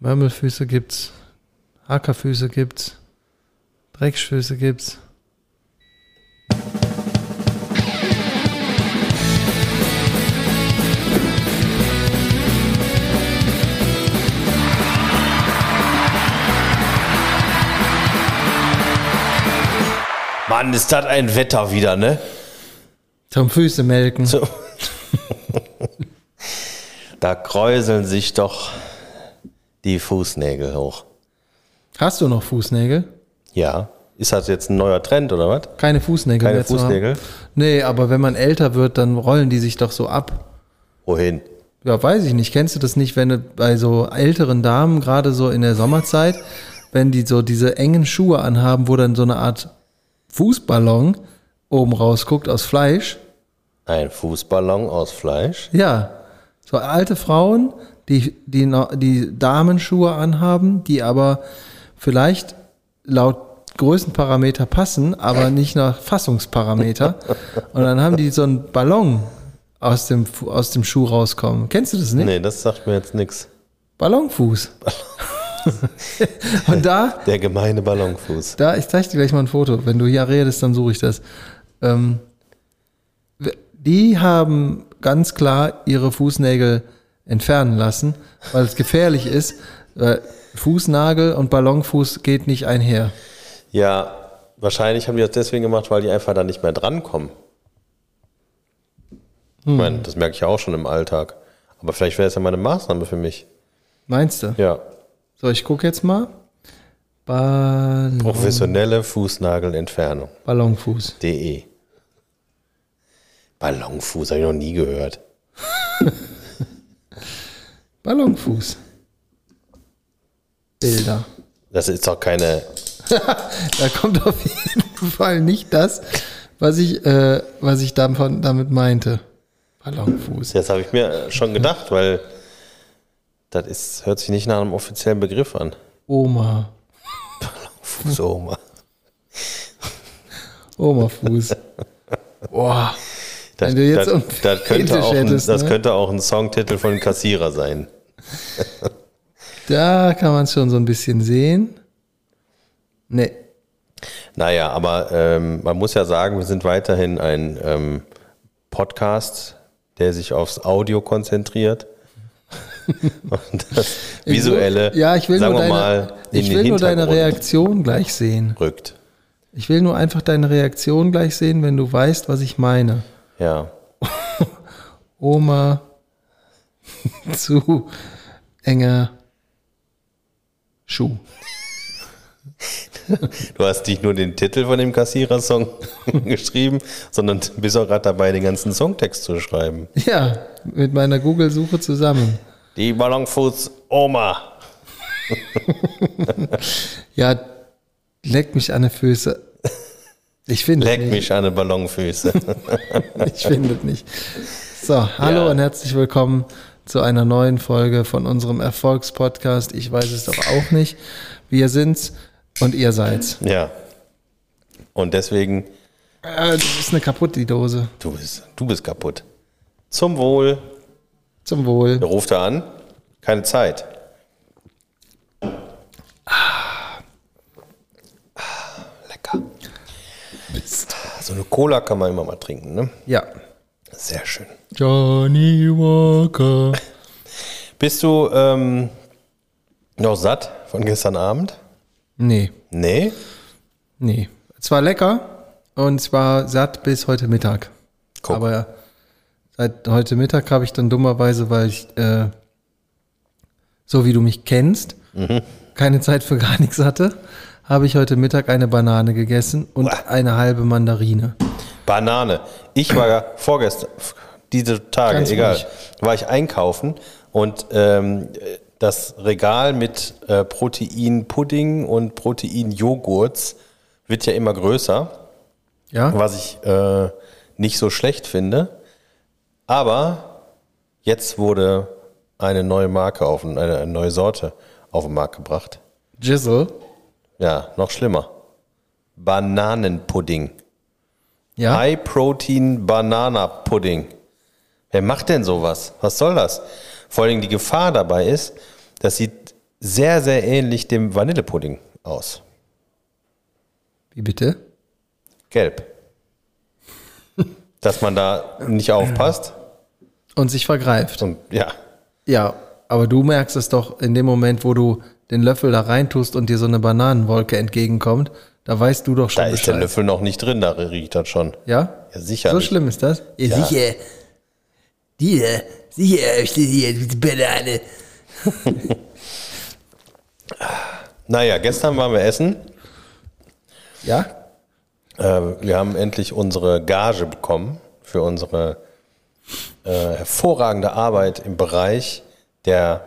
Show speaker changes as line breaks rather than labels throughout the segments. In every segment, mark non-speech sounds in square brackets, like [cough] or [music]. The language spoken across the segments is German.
Mörmelfüße gibt's, Hackerfüße gibt's, Dreckfüße gibt's.
Mann, ist das ein Wetter wieder, ne?
Zum Füße melken.
So. da kräuseln sich doch die Fußnägel hoch.
Hast du noch Fußnägel?
Ja. Ist das jetzt ein neuer Trend oder was?
Keine Fußnägel
Keine
mehr zu haben.
Fußnägel?
Nee, aber wenn man älter wird, dann rollen die sich doch so ab.
Wohin?
Ja, weiß ich nicht. Kennst du das nicht, wenn du bei so älteren Damen, gerade so in der Sommerzeit, wenn die so diese engen Schuhe anhaben, wo dann so eine Art Fußballon oben rausguckt aus Fleisch?
Ein Fußballon aus Fleisch?
Ja. So alte Frauen, die, die, no- die Damenschuhe anhaben, die aber vielleicht laut Größenparameter passen, aber nicht nach Fassungsparameter. Und dann haben die so einen Ballon aus dem, Fu- aus dem Schuh rauskommen. Kennst du das nicht?
Nee, das sagt mir jetzt nix.
Ballonfuß. und da,
Der gemeine Ballonfuß.
da, ich zeige dir gleich mal ein Foto. Wenn du hier redest, dann suche ich das. Ähm, w- die haben ganz klar ihre Fußnägel entfernen lassen, weil es gefährlich ist. Weil Fußnagel und Ballonfuß geht nicht einher.
Ja, wahrscheinlich haben die das deswegen gemacht, weil die einfach da nicht mehr drankommen. Ich meine, das merke ich ja auch schon im Alltag. Aber vielleicht wäre es ja mal eine Maßnahme für mich.
Meinst du?
Ja.
So, ich gucke jetzt mal. Ball
Professionelle Fußnagelentfernung.de
Ballonfuß.
Ballonfuß habe ich noch nie gehört.
Ballonfuß. Bilder.
Das ist doch keine.
Da kommt auf jeden Fall nicht das, was ich, äh, was ich davon, damit meinte. Ballonfuß.
Das habe ich mir schon gedacht, weil das ist, hört sich nicht nach einem offiziellen Begriff an.
Oma. Hm.
Fußoma.
Oma-Fuß. Boah.
Das,
Wenn du jetzt
das,
so einen
das, könnte,
Fetisch
auch ein,
hättest,
das
ne?
könnte auch ein Songtitel von Kassierer sein.
Da kann man es schon so ein bisschen sehen. Nee.
Naja, aber ähm, man muss ja sagen, wir sind weiterhin ein ähm, Podcast, der sich aufs
[laughs]
Audio konzentriert. Und das visuelle,
Ja, ich will
sagen
nur
wir
deine,
mal, in
ich
den
will nur deine
Hintergrund
Reaktion gleich sehen.
rückt.
Ich will nur einfach deine Reaktion gleich sehen, wenn du weißt, was ich meine.
Ja.
Oma [laughs] zu enger Schuh.
Du hast nicht nur den Titel von dem Kassierer-Song [laughs] geschrieben, sondern bist auch gerade dabei, den ganzen Songtext zu schreiben.
Ja, mit meiner Google-Suche zusammen.
Die Ballonfuß-Oma.
Ja, leck mich an die Füße. Ich finde
Leck
es nicht.
mich an den Ballonfüße.
Ich finde es nicht. So, hallo
Ja.
und herzlich willkommen zu einer neuen Folge von unserem Erfolgspodcast. Ich weiß es doch auch nicht. Wir sind's und ihr seid's.
ja. Und deswegen
Äh, das ist eine kaputt, die Dose.
Du bist, du bist kaputt. Zum Wohl.
Zum Wohl.
Da ruft er an. Keine Zeit. Ah, Lecker. So eine Cola kann man immer mal trinken, ne?
Ja.
Sehr schön.
Johnny Walker.
Bist du ähm, noch satt von gestern Abend?
Nee,
Nee?
nee. Es war lecker und es war satt bis heute Mittag.
Guck.
Aber seit heute Mittag habe ich dann dummerweise, weil ich, äh, so wie du mich kennst,
Mhm.
keine Zeit für gar nichts hatte, habe ich heute Mittag eine Banane gegessen und eine halbe Mandarine.
Banane. Ich war ja vorgestern, diese Tage,
Ganz
egal,
ruhig.
war ich einkaufen und ähm, das Regal mit äh, Protein-Pudding und Protein-Joghurts wird ja immer größer,
Ja?
was ich äh, nicht so schlecht finde. Aber jetzt wurde eine neue Marke auf eine, eine neue Sorte auf den Markt gebracht.
Jizzle.
Ja, noch schlimmer. Bananenpudding.
Ja.
High Protein Banana Pudding. Wer macht denn sowas? Was soll das? Vor allem die Gefahr dabei ist, dass sie sehr, sehr ähnlich dem Vanillepudding aus.
Wie bitte?
Gelb. Dass man da nicht aufpasst
Und sich vergreift.
und ja,
Ja, aber du merkst es doch in dem Moment, wo du den Löffel da reintust und dir so eine Bananenwolke entgegenkommt, da weißt du doch schon
da ist der Löffel noch nicht drin, da riecht das schon.
Ja?
Ja, sicher.
So
nicht.
schlimm ist das? Ja, sicher. Dir, sicher, ich hier mit Banane.
Naja, gestern waren wir essen.
Ja?
Äh, wir haben endlich unsere Gage bekommen für unsere äh, hervorragende Arbeit im Bereich der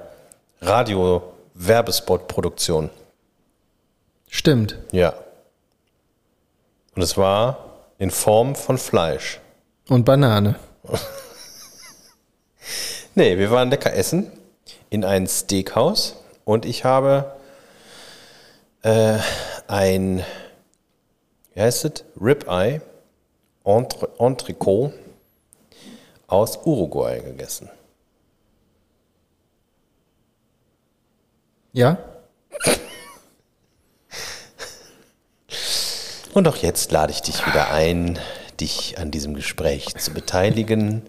Radio-Werbespot-Produktion.
Stimmt.
Ja. Und es war in Form von Fleisch.
Und Banane.
Nee, wir waren lecker essen in ein Steakhouse und ich habe äh, ein, wie heißt es? Ribeye Entre, Entrecot aus Uruguay gegessen.
Ja?
Und auch jetzt lade ich dich wieder ein, dich an diesem Gespräch zu beteiligen.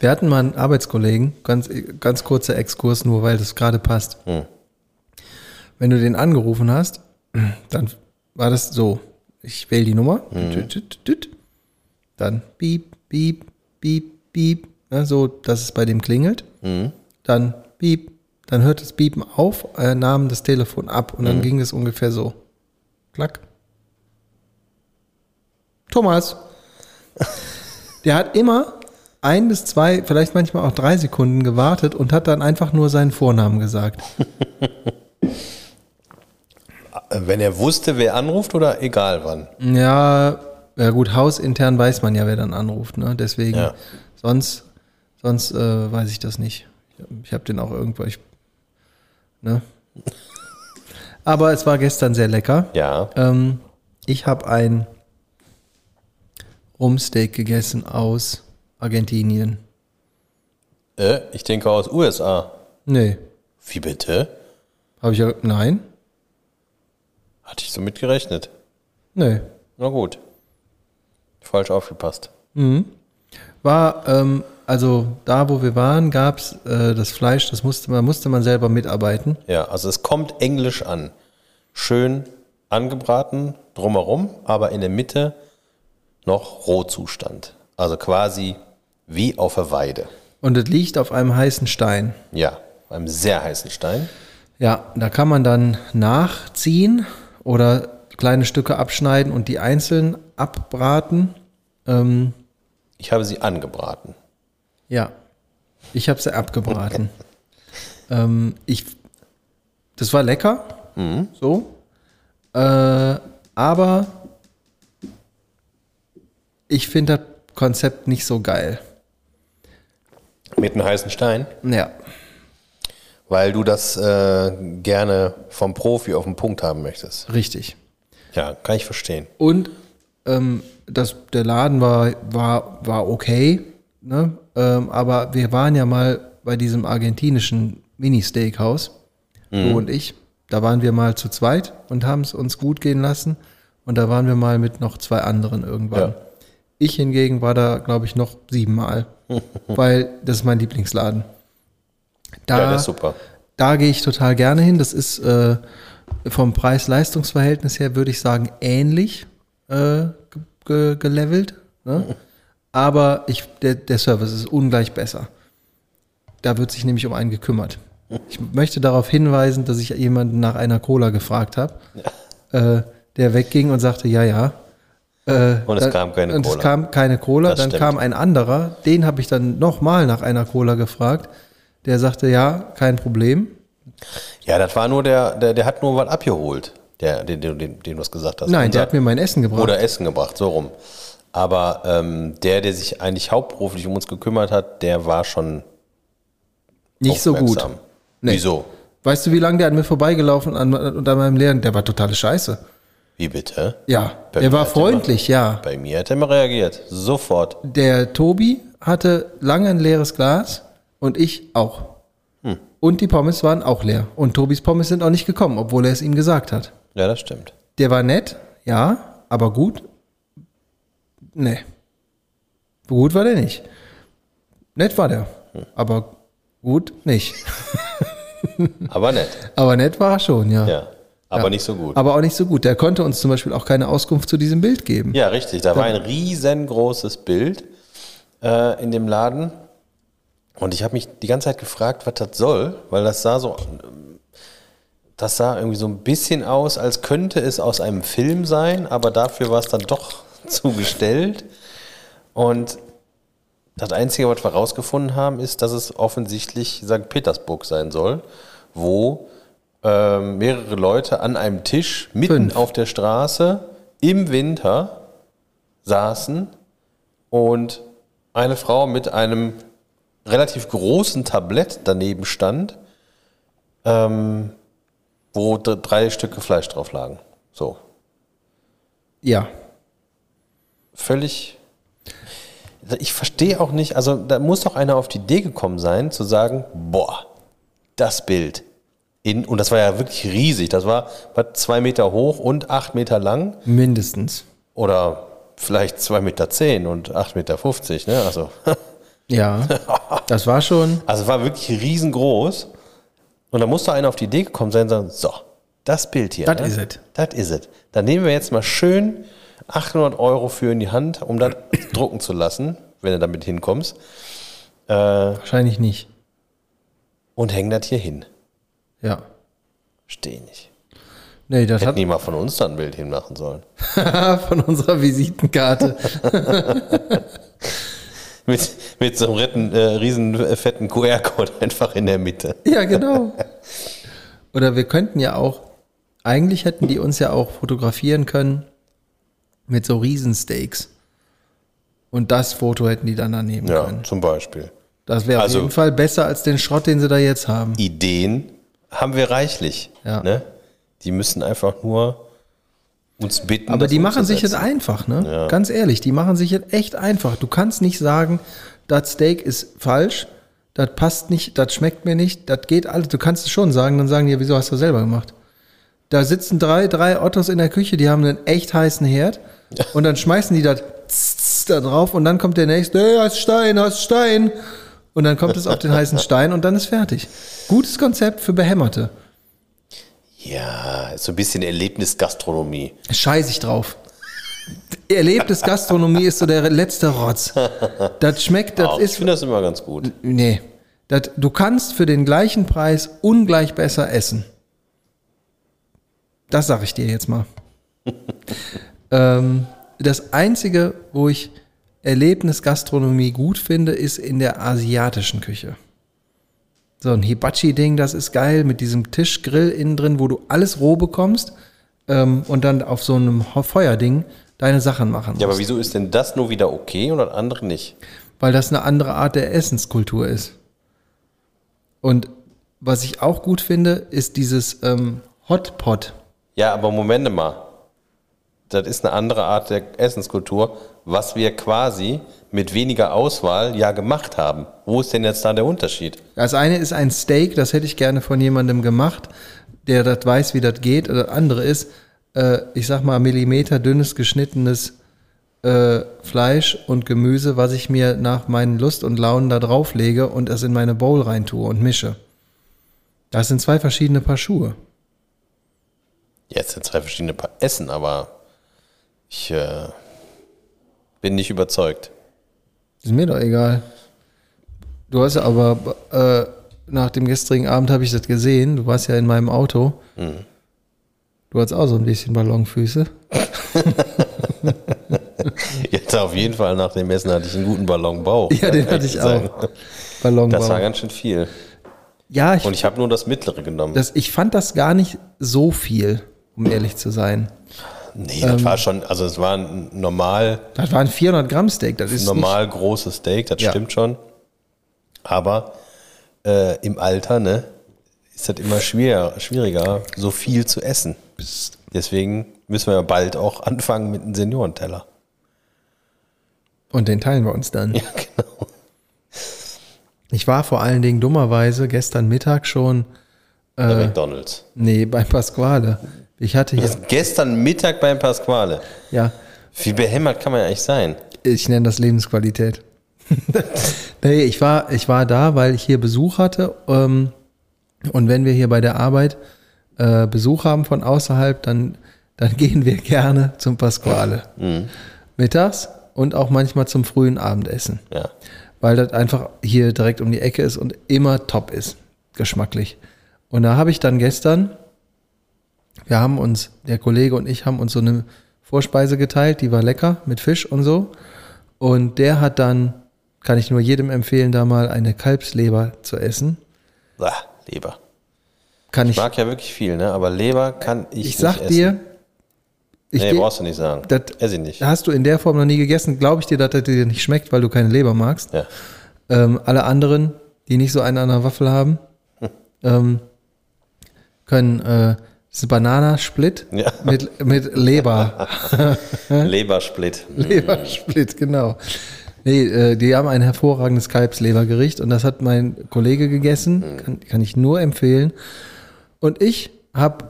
Wir hatten mal einen Arbeitskollegen, ganz, ganz kurzer Exkurs, nur weil das gerade passt. Wenn du den angerufen hast, dann war das so, ich wähle die Nummer, tüt, tüt, tüt, tüt. dann piep, piep, piep, piep, ne, so, dass es bei dem klingelt, dann piep, dann hört das Piepen auf, äh, nahm das Telefon ab und dann ging es ungefähr so. Klack. Thomas. Der hat immer ein bis zwei, vielleicht manchmal auch drei Sekunden gewartet und hat dann einfach nur seinen Vornamen gesagt.
Wenn er wusste, wer anruft oder egal wann.
Ja, ja gut, hausintern weiß man ja, wer dann anruft, ne? Deswegen,
Ja.
sonst, sonst äh, weiß ich das nicht. Ich habe den auch irgendwo, ich, ne? Aber es war gestern sehr lecker.
Ja.
Ähm, ich habe ein Rumsteak gegessen aus Argentinien.
Äh, ich denke aus USA.
Nee,
Wie bitte?
habe ich ja, nein,
Hatte ich so mitgerechnet.
nee.
Na gut. Falsch aufgepasst.
War, ähm, also da, wo wir waren, gab es äh, das Fleisch, das musste man, musste man selber mitarbeiten.
Ja, also es kommt englisch an. Schön angebraten drumherum, aber in der Mitte noch Rohzustand. Also quasi wie auf der Weide.
Und es liegt auf einem heißen Stein.
Ja, auf einem sehr heißen Stein.
Ja, da kann man dann nachziehen oder kleine Stücke abschneiden und die einzeln abbraten. Ähm,
Ich habe sie angebraten.
ja, ich habe sie abgebraten. ähm, ich, das war lecker, so. Äh, aber ich finde das Konzept nicht so geil.
Mit einem heißen Stein.
Ja,
Weil du das äh, gerne vom Profi auf den Punkt haben möchtest.
richtig.
Ja, kann ich verstehen.
Und ähm, das, der Laden war, war, war okay, ne? ähm, aber wir waren ja mal bei diesem argentinischen Mini-Steakhouse,
Mhm.
du und ich. Da waren wir mal zu zweit und haben es uns gut gehen lassen. Und da waren wir mal mit noch zwei anderen irgendwann.
Ja.
Ich hingegen war da, glaube ich, noch
[laughs]
siebenmal, weil das ist mein Lieblingsladen. Da,
Ja, das ist super.
da gehe ich total gerne hin. Das ist äh, vom Preis-Leistungs-Verhältnis her, würde ich sagen, ähnlich äh, ge ge gelevelt.
[laughs]
Ne? Aber ich, der, der Service ist ungleich besser. Da wird sich nämlich um einen gekümmert.
[laughs]
Ich möchte darauf hinweisen, dass ich jemanden nach einer Cola gefragt habe, äh, der wegging und sagte, ja, ja. Äh,
Und es kam keine
und
Cola.
Es kam keine Cola.
Das
dann
stimmt.
kam ein anderer, den habe ich dann nochmal nach einer Cola gefragt. Der sagte, ja, kein Problem.
Ja, das war nur der, der, der hat nur was abgeholt, der, den, den, den den du es gesagt hast.
Nein, der
Unser-
hat mir mein Essen gebracht.
Oder Essen gebracht, so rum. Aber ähm, der, der sich eigentlich hauptberuflich um uns gekümmert hat, der war schon
Nicht so gut.
aufmerksam.
Nee.
Wieso?
Weißt du, wie lange der an mir vorbeigelaufen an, und an meinem Lehren? Der war totale Scheiße.
Wie bitte?
Ja,
Bei
der
mir
war
hat der
freundlich, ja.
Bei mir hat er immer reagiert. Sofort. Hm.
Der Tobi hatte lange ein leeres Glas und ich auch. Und die Pommes waren auch leer. Und Tobis Pommes sind auch nicht gekommen, obwohl er es ihm gesagt hat.
Ja, das stimmt.
Der war nett, ja, aber gut? Nee. Gut war der nicht. Nett war der,
Hm.
aber gut nicht. [laughs]
Aber nett.
Aber nett war er schon, ja.
Ja. Aber
Ja.
nicht so gut.
Aber auch nicht so gut. Der konnte uns zum Beispiel auch keine Auskunft zu diesem Bild geben.
Ja, richtig. Da war ein riesengroßes Bild äh, in dem Laden. Und ich habe mich die ganze Zeit gefragt, was das soll, weil das sah so. ähm, Das sah irgendwie so ein bisschen aus, als könnte es aus einem Film sein, aber dafür war es dann doch [laughs] zugestellt. Und das Einzige, was wir rausgefunden haben, ist, dass es offensichtlich St. Petersburg sein soll, wo ähm, mehrere Leute an einem Tisch mitten
Fünf.
auf der Straße im Winter saßen und eine Frau mit einem relativ großen Tablett daneben stand, ähm, wo dr- drei Stücke Fleisch drauf lagen. So,
Ja.
völlig. Ich verstehe auch nicht, also da muss doch einer auf die Idee gekommen sein, zu sagen, boah, das Bild. In, und das war ja wirklich riesig. Das war, war zwei Meter hoch und acht Meter lang.
Mindestens.
Oder vielleicht zwei Meter zehn und acht Meter fünfzig. Ne? Also, [laughs]
Ja. Das war schon.
also es war wirklich riesengroß. Und da muss doch einer auf die Idee gekommen sein und sagen, so, das Bild hier. ne?
Das is it.
Das is it. Da nehmen wir jetzt mal schön 800 Euro für in die Hand,
[clears throat]
um das drucken zu lassen, wenn du damit hinkommst. Äh,
Wahrscheinlich nicht.
und hängen das hier hin.
Ja.
Steh nicht.
Nee, das
Hätten
hat
die mal von uns dann ein Bild hinmachen sollen. [laughs]
[laughs] von unserer Visitenkarte.
Mit, mit so einem retten, äh, riesen äh, fetten QR-Code einfach in der Mitte.
Ja, genau. Oder wir könnten ja auch, eigentlich hätten die uns ja auch fotografieren können mit so Riesensteaks. Und das Foto hätten die dann annehmen
Ja,
können.
zum Beispiel.
Das wäre
Also-
auf jeden Fall besser als den Schrott, den sie da jetzt haben.
Ideen haben wir reichlich.
Ja.
Ne? Die müssen einfach nur uns bitten.
Aber
das
die machen sich jetzt
umzusetzen.
einfach, ne? Ganz ehrlich, die machen sich jetzt echt einfach. Du kannst nicht sagen, das Steak ist falsch, das passt nicht, das schmeckt mir nicht, das geht alles. Du kannst es schon sagen, dann sagen die, ja, wieso hast du das selber gemacht? Da sitzen drei, drei Ottos in der Küche, die haben einen echt heißen
[laughs]
Herd und dann schmeißen die das da drauf und dann kommt der nächste, hey, hast Stein, hast Stein. Und dann kommt es auf den
[laughs]
heißen Stein und dann ist fertig. Gutes Konzept für Behämmerte.
Ja, so ein bisschen Erlebnisgastronomie.
Scheiß ich drauf. Erlebtes Gastronomie ist so der letzte Rotz. Das schmeckt, das
Auch, ich
ist.
finde das immer ganz gut.
Nee. Das, du kannst für den gleichen Preis ungleich besser essen. Das sage ich dir jetzt
[laughs]
mal. ähm, das Einzige, wo ich Erlebnisgastronomie gut finde, ist in der asiatischen Küche. So ein Hibachi-Ding, das ist geil, mit diesem Tischgrill innen drin, wo du alles roh bekommst ähm, und dann auf so einem Ho- Feuerding deine Sachen machen musst.
Ja, aber wieso ist denn das nur wieder okay und das andere nicht?
weil das eine andere Art der Essenskultur ist. Und was ich auch gut finde, ist dieses ähm, Hotpot.
Ja, aber Moment mal. Das ist eine andere Art der Essenskultur, was wir quasi mit weniger Auswahl ja gemacht haben. Wo ist denn jetzt da der Unterschied?
Das eine ist ein Steak, das hätte ich gerne von jemandem gemacht, der das weiß, wie das geht. Und das andere ist, äh, ich sag mal, Millimeter dünnes geschnittenes äh, Fleisch und Gemüse, was ich mir nach meinen Lust und Launen da drauflege und es in meine Bowl reintue und mische. Das sind zwei verschiedene Paar Schuhe.
Jetzt sind zwei verschiedene Paar Essen, aber ich äh, bin nicht überzeugt.
Ist mir doch egal. Du hast ja aber äh, nach dem gestrigen Abend habe ich das gesehen. Du warst ja in meinem Auto. Du hast auch so ein bisschen Ballonfüße. [laughs]
Jetzt auf jeden Fall nach dem Essen hatte ich einen guten Ballonbauch.
[laughs] Ja, den hatte ich
ehrlich gesagt.
auch. Ballonbau.
Das war ganz schön viel.
ja,
Und
ich,
ich habe nur das mittlere genommen.
das, ich fand das gar nicht so viel, um ehrlich zu sein.
nee,
ähm,
das war schon, also es war ein normal
Das war ein 400 Gramm Steak. Das ist nicht,
normal großes Steak, das
Ja.
stimmt schon. Aber äh, im Alter ne, ist das immer schwieriger, schwieriger, so viel zu essen. Deswegen müssen wir ja bald auch anfangen mit einem Seniorenteller. [laughs]
und den teilen wir uns dann.
Ja, genau.
Ich war vor allen Dingen dummerweise gestern Mittag schon,
Bei McDonalds.
nee, bei Pasquale. Ich hatte hier,
Gestern Mittag beim Pasquale.
ja,
Wie behämmert kann man ja eigentlich sein?
ich nenne das Lebensqualität. [laughs] nee, ich war, ich war da, weil ich hier Besuch hatte. Ähm, und wenn wir hier bei der Arbeit äh, Besuch haben von außerhalb, dann, dann [laughs] gehen wir gerne zum Pasquale. Mittags und auch manchmal zum frühen Abendessen.
Ja.
weil das einfach hier direkt um die Ecke ist und immer top ist, geschmacklich. Und da habe ich dann gestern, wir haben uns, der Kollege und ich haben uns so eine Vorspeise geteilt, die war lecker mit Fisch und so. Und der hat dann, kann ich nur jedem empfehlen, da mal eine Kalbsleber zu essen.
Ah, Leber.
Kann ich,
Ich mag ja wirklich viel, ne? aber Leber kann ich,
ich
nicht
sag
essen.
dir, ich
nee,
geh-
brauchst du nicht sagen.
das
Ess ich nicht.
hast du in der Form noch nie gegessen, glaube ich dir, dass das dir nicht schmeckt, weil du keine Leber magst.
Ja.
Ähm, alle anderen, die nicht so einen an der Waffel haben, ähm, können äh, das Bananasplit
Ja.
mit, mit Leber.
Lebersplit.
Lebersplit, genau. Nee, äh, die haben ein hervorragendes Kalbslebergericht und das hat mein Kollege gegessen, kann, kann ich nur empfehlen. Und ich habe,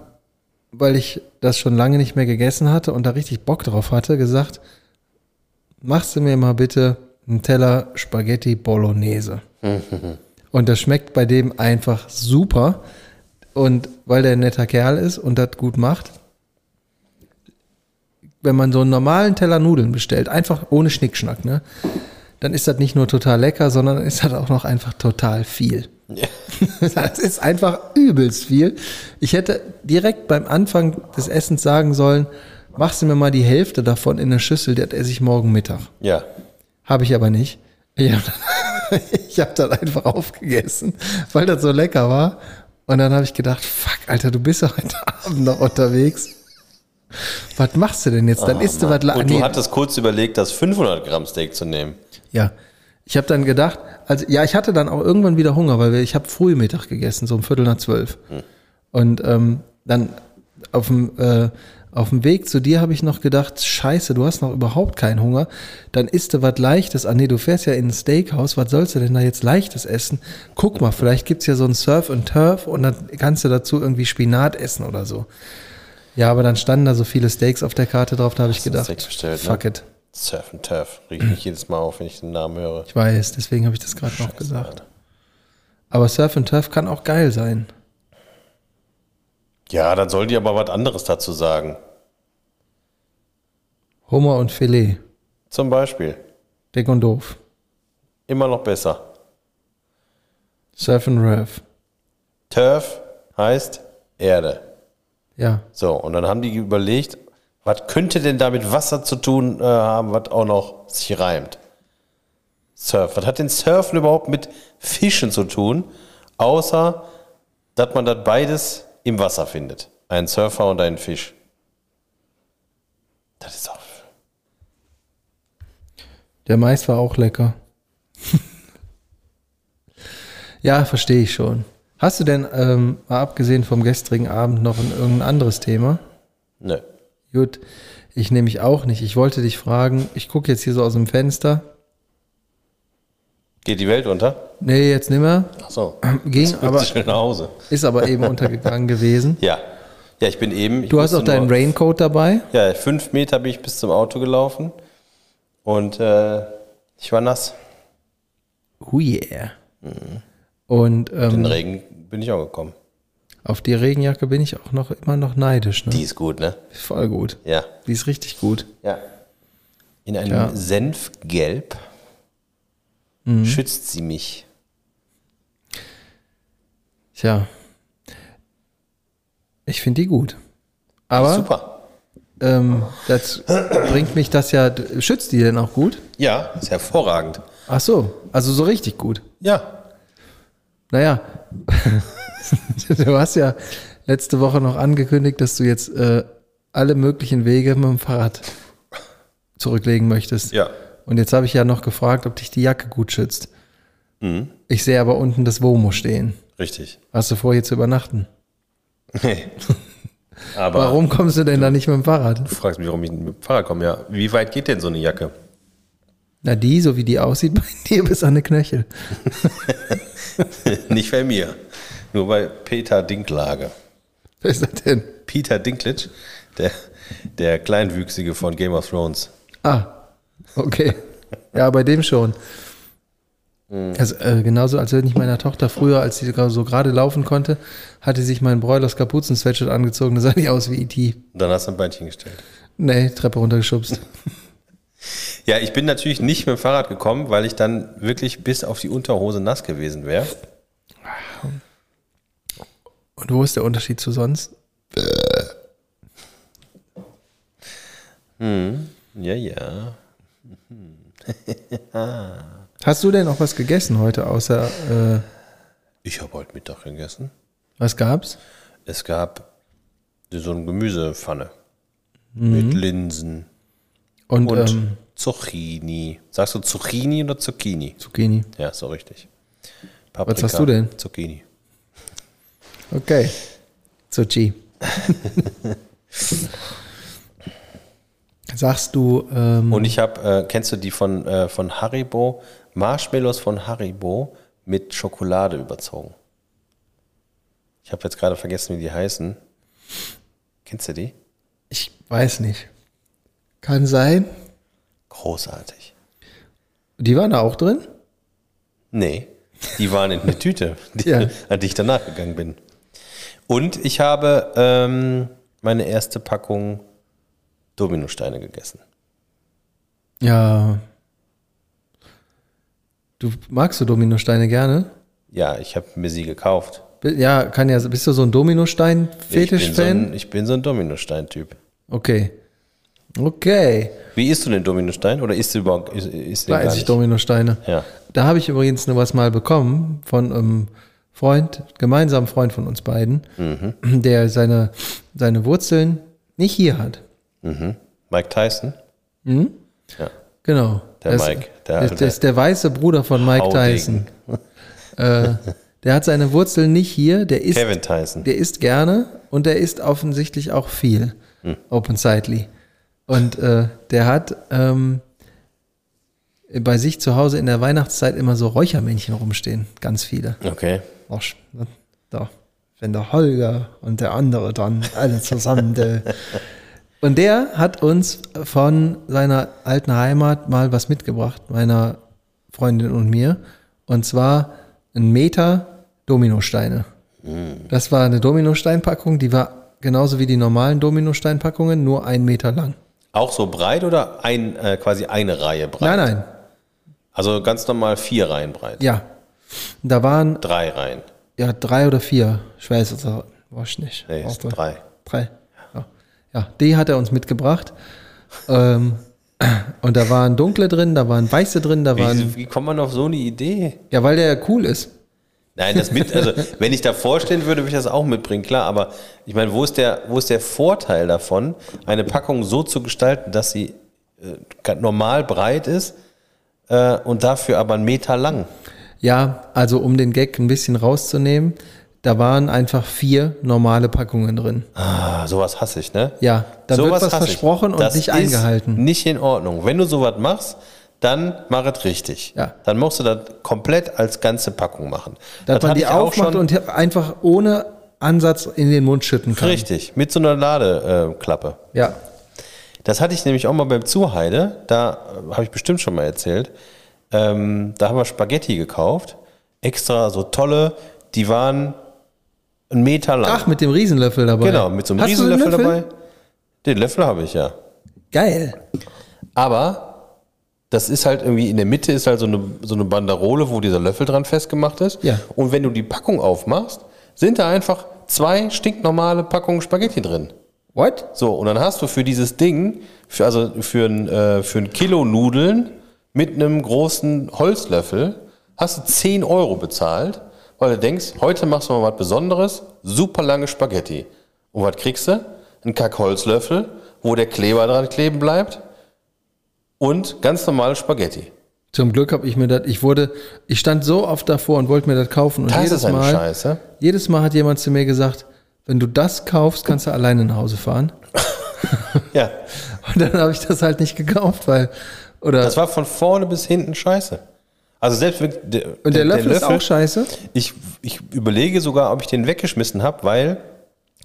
weil ich das schon lange nicht mehr gegessen hatte und da richtig Bock drauf hatte, gesagt, machst du mir mal bitte einen Teller Spaghetti Bolognese. und das schmeckt bei dem einfach super. Und weil der ein netter Kerl ist und das gut macht, wenn man so einen normalen Teller Nudeln bestellt, einfach ohne Schnickschnack, ne? Dann ist das nicht nur total lecker, sondern dann ist das auch noch einfach total viel.
Ja.
[laughs] Das ist einfach übelst viel. Ich hätte direkt beim Anfang des Essens sagen sollen, machst du mir mal die Hälfte davon in eine Schüssel, das esse ich morgen Mittag.
ja.
Habe ich aber nicht. Ich habe [laughs] hab das einfach aufgegessen, weil das so lecker war. Und dann habe ich gedacht, fuck, Alter, du bist ja heute [laughs] Abend noch unterwegs. Was machst du denn jetzt? Dann isst du was la-
Ah, Oh Und du
nee.
hattest kurz überlegt, das 500 Gramm Steak zu nehmen.
Ja. Ich habe dann gedacht, also ja, ich hatte dann auch irgendwann wieder Hunger, weil wir, ich habe früh Mittag gegessen, so um Viertel nach zwölf.
Hm.
Und ähm, dann auf dem, äh, auf dem Weg zu dir habe ich noch gedacht, scheiße, du hast noch überhaupt keinen Hunger. Dann isst du was Leichtes. Ah nee, du fährst ja in ein Steakhouse, was sollst du denn da jetzt Leichtes essen? Guck mal, vielleicht gibt's ja so ein Surf and Turf und dann kannst du dazu irgendwie Spinat essen oder so. Ja, aber dann standen da so viele Steaks auf der Karte drauf, da habe ich
du
gedacht,
Steak bestellt, ne?
fuck it.
Surf and Turf. Riecht mich jedes Mal auf, wenn ich den Namen höre.
Ich weiß, deswegen habe ich das gerade noch gesagt. Aber Surf and Turf kann auch geil sein.
Ja, dann soll die aber was anderes dazu sagen.
Hummer und Filet.
Zum Beispiel.
Dick und doof.
Immer noch besser.
Surf and Turf.
Turf heißt Erde.
Ja.
So, und dann haben die überlegt, was könnte denn da mit Wasser zu tun äh, haben, was auch noch sich reimt? Surf. Was hat denn Surfen überhaupt mit Fischen zu tun, außer dass man das beides im Wasser findet? Einen Surfer und einen Fisch. Das ist auch.
Der Mais war auch lecker. [laughs] ja, verstehe ich schon. Hast du denn, ähm, mal abgesehen vom gestrigen Abend, noch ein, irgendein anderes Thema?
Nö.
Gut, ich nehme mich auch nicht. Ich wollte dich fragen, ich gucke jetzt hier so aus dem Fenster.
Geht die Welt unter?
Nee, jetzt nimmer.
Ach so.
Ging, aber
Schön nach Hause.
ist aber eben untergegangen
[laughs]
gewesen.
Ja. Ja, ich bin eben. ich
Du hast
musste
auch deinen
nur-
Raincoat dabei.
Ja, fünf Meter bin ich bis zum Auto gelaufen. Und äh, ich war nass.
Oh yeah. Und
In
ähm,
den Regen bin ich auch gekommen.
auf die Regenjacke bin ich auch noch immer noch neidisch. Ne?
Die ist gut, ne?
Voll gut.
Ja.
Die ist richtig gut.
Ja. In einem
Ja.
Senfgelb Mhm. schützt sie mich.
Tja. Ich finde die gut. Aber
Super.
ähm, das bringt mich das ja. Schützt die denn auch gut?
Ja, ist hervorragend.
Ach so, also so richtig gut.
Ja.
Naja, [laughs] du hast ja letzte Woche noch angekündigt, dass du jetzt äh, alle möglichen Wege mit dem Fahrrad zurücklegen möchtest.
Ja.
Und jetzt habe ich ja noch gefragt, ob dich die Jacke gut schützt. Ich sehe aber unten das Womo stehen.
Richtig.
Hast du vor, hier zu übernachten?
[laughs] Aber
Warum kommst du denn da nicht mit dem Fahrrad?
Du fragst mich, warum ich mit dem Fahrrad komme. Ja. Wie weit geht denn so eine Jacke?
Na, die, so wie die aussieht, [laughs] bei dir bis an die Knöchel.
[laughs] Nicht bei mir. Nur bei Peter Dinklage.
Wer ist das denn?
Peter Dinklage, der, der Kleinwüchsige von Game of Thrones.
Ah, okay. Ja, bei dem schon. Also, äh, genauso als wenn ich meiner Tochter früher, als sie gra- so gerade laufen konnte, hatte sich mein Broilers Kapuzen-Sweatshirt angezogen, da sah die aus wie E.T.
Und dann hast du ein Beinchen gestellt.
Nee, Treppe runtergeschubst.
Ja, ich bin natürlich nicht mit dem Fahrrad gekommen, weil ich dann wirklich bis auf die Unterhose nass gewesen wäre.
Und wo ist der Unterschied zu sonst?
Ja, ja.
Hast du denn noch was gegessen heute, außer äh,
Ich habe heute Mittag gegessen.
was gab's?
Es gab so eine Gemüsepfanne mit Linsen
Und,
und
Mhm. ähm,
Zucchini. Sagst du Zucchini oder Zucchini?
Zucchini.
Ja, so richtig. Paprika,
hast du denn?
Zucchini.
Okay.
[laughs]
Zucchi. Sagst du, ähm,
Und ich habe, äh, kennst du die von, äh, von Haribo? Marshmallows von Haribo mit Schokolade überzogen. Ich habe jetzt gerade vergessen, wie die heißen. Kennst du die?
ich weiß nicht. Kann sein.
Großartig.
Die waren da auch drin?
Nee, die waren in der Tüte, die,
Ja.
an die ich danach gegangen bin. Und ich habe ähm, meine erste Packung Dominosteine gegessen.
Ja. Du magst du Dominosteine gerne?
Ja, ich habe mir sie gekauft.
Bi- Ja, kann ja. Bist du so ein
Ich bin, so
Dominostein-Fetisch-Fan?
ein, ich bin so ein Dominostein-Typ.
okay. Okay.
Wie isst du denn Dominostein? Oder isst du überhaupt isst, isst den
Da
gar
esse ich
nicht?
Dominosteine.
Ja.
Da habe ich übrigens nur was mal bekommen von einem Freund, gemeinsamen Freund von uns beiden,
Mhm.
der seine, seine Wurzeln nicht hier hat.
Mhm. Mike Tyson? Hm? Ja.
Genau.
Der
Das-
Mike, der
Das,
alte-
das ist der weiße Bruder von Mike
Haudegen. [laughs]
Tyson. äh, der hat seine Wurzeln nicht hier, der ist
Kevin Tyson.
Der isst gerne und der isst offensichtlich auch viel.
Hm.
Open Sightly. Und äh, der hat ähm, bei sich zu Hause in der Weihnachtszeit immer so Räuchermännchen rumstehen. Ganz viele.
Okay.
Auch, sch- da, wenn der Holger und der andere dann alle zusammen. der- [laughs] und der hat uns von seiner alten Heimat mal was mitgebracht, meiner Freundin und mir. Und zwar ein Meter Dominosteine. Das war eine Dominosteinpackung, die war genauso wie die normalen Dominosteinpackungen, nur ein Meter lang.
Auch so breit oder ein, äh, quasi eine Reihe breit?
Nein, nein,
Also ganz normal vier Reihen breit.
ja. Da waren
Drei Reihen.
ja drei oder vier. Ich weiß es auch- weiß ich nicht.
Nee, ist
Aber-
drei.
Drei. Ja. ja, die hat er uns mitgebracht. ähm, und da waren dunkle drin, da waren weiße drin, da waren.
Wie, wie kommt man auf so eine Idee?
Ja, weil der cool ist.
Nein, das mit, [laughs] also wenn ich da vorstellen würde, würde ich das auch mitbringen, klar, aber ich meine, wo ist der, wo ist der Vorteil davon, eine Packung so zu gestalten, dass sie äh, ganz normal breit ist äh, und dafür aber einen Meter lang?
Ja, also um den Gag ein bisschen rauszunehmen, da waren einfach vier normale Packungen drin.
Ah, sowas hasse ich, ne?
Ja, da wird
sowas
was
hasse
versprochen und
Das
nicht
ist
eingehalten.
Nicht in Ordnung. Wenn du sowas machst, dann mach es richtig.
Ja.
Dann musst du das komplett als ganze Packung machen.
Dass
Das
man
hatte
die
ich auch
aufmacht
schon-
und einfach ohne Ansatz in den Mund schütten kann.
Richtig, mit so einer Ladeklappe.
Ja.
Das hatte ich nämlich auch mal beim Zuheide, da äh, habe ich bestimmt schon mal erzählt. Ähm, da haben wir Spaghetti gekauft, extra so tolle, die waren einen Meter lang.
Ach, mit dem Riesenlöffel dabei.
genau, mit so einem
Hast du den
Riesenlöffel
Löffel?
dabei. Den Löffel habe ich ja.
Geil.
Aber das ist halt irgendwie in der Mitte ist halt so eine, so eine Banderole, wo dieser Löffel dran festgemacht ist.
Ja.
Und wenn du die Packung aufmachst, sind da einfach zwei stinknormale Packungen Spaghetti drin.
What?
So, und dann hast du für dieses Ding, für, also für ein, äh, für ein Kilo Nudeln mit einem großen Holzlöffel, hast du 10 Euro bezahlt, weil du denkst, heute machst du mal was Besonderes, super lange Spaghetti. Und was kriegst du? Ein Kackholzlöffel, wo der Kleber dran kleben bleibt und ganz normale Spaghetti.
Zum Glück habe ich mir das, ich wurde, ich stand so oft davor und wollte mir das kaufen. Und
Das
jedes
ist eine
Mal,
Scheiße.
Jedes Mal hat jemand zu mir gesagt, wenn du das kaufst, kannst du alleine nach Hause fahren. [laughs]
Ja,
Und dann habe ich das halt nicht gekauft, weil. Oder
das war von vorne bis hinten scheiße. Also selbst wenn der,
und der, Löffel ist auch scheiße.
Ich, ich überlege sogar, ob ich den weggeschmissen habe, weil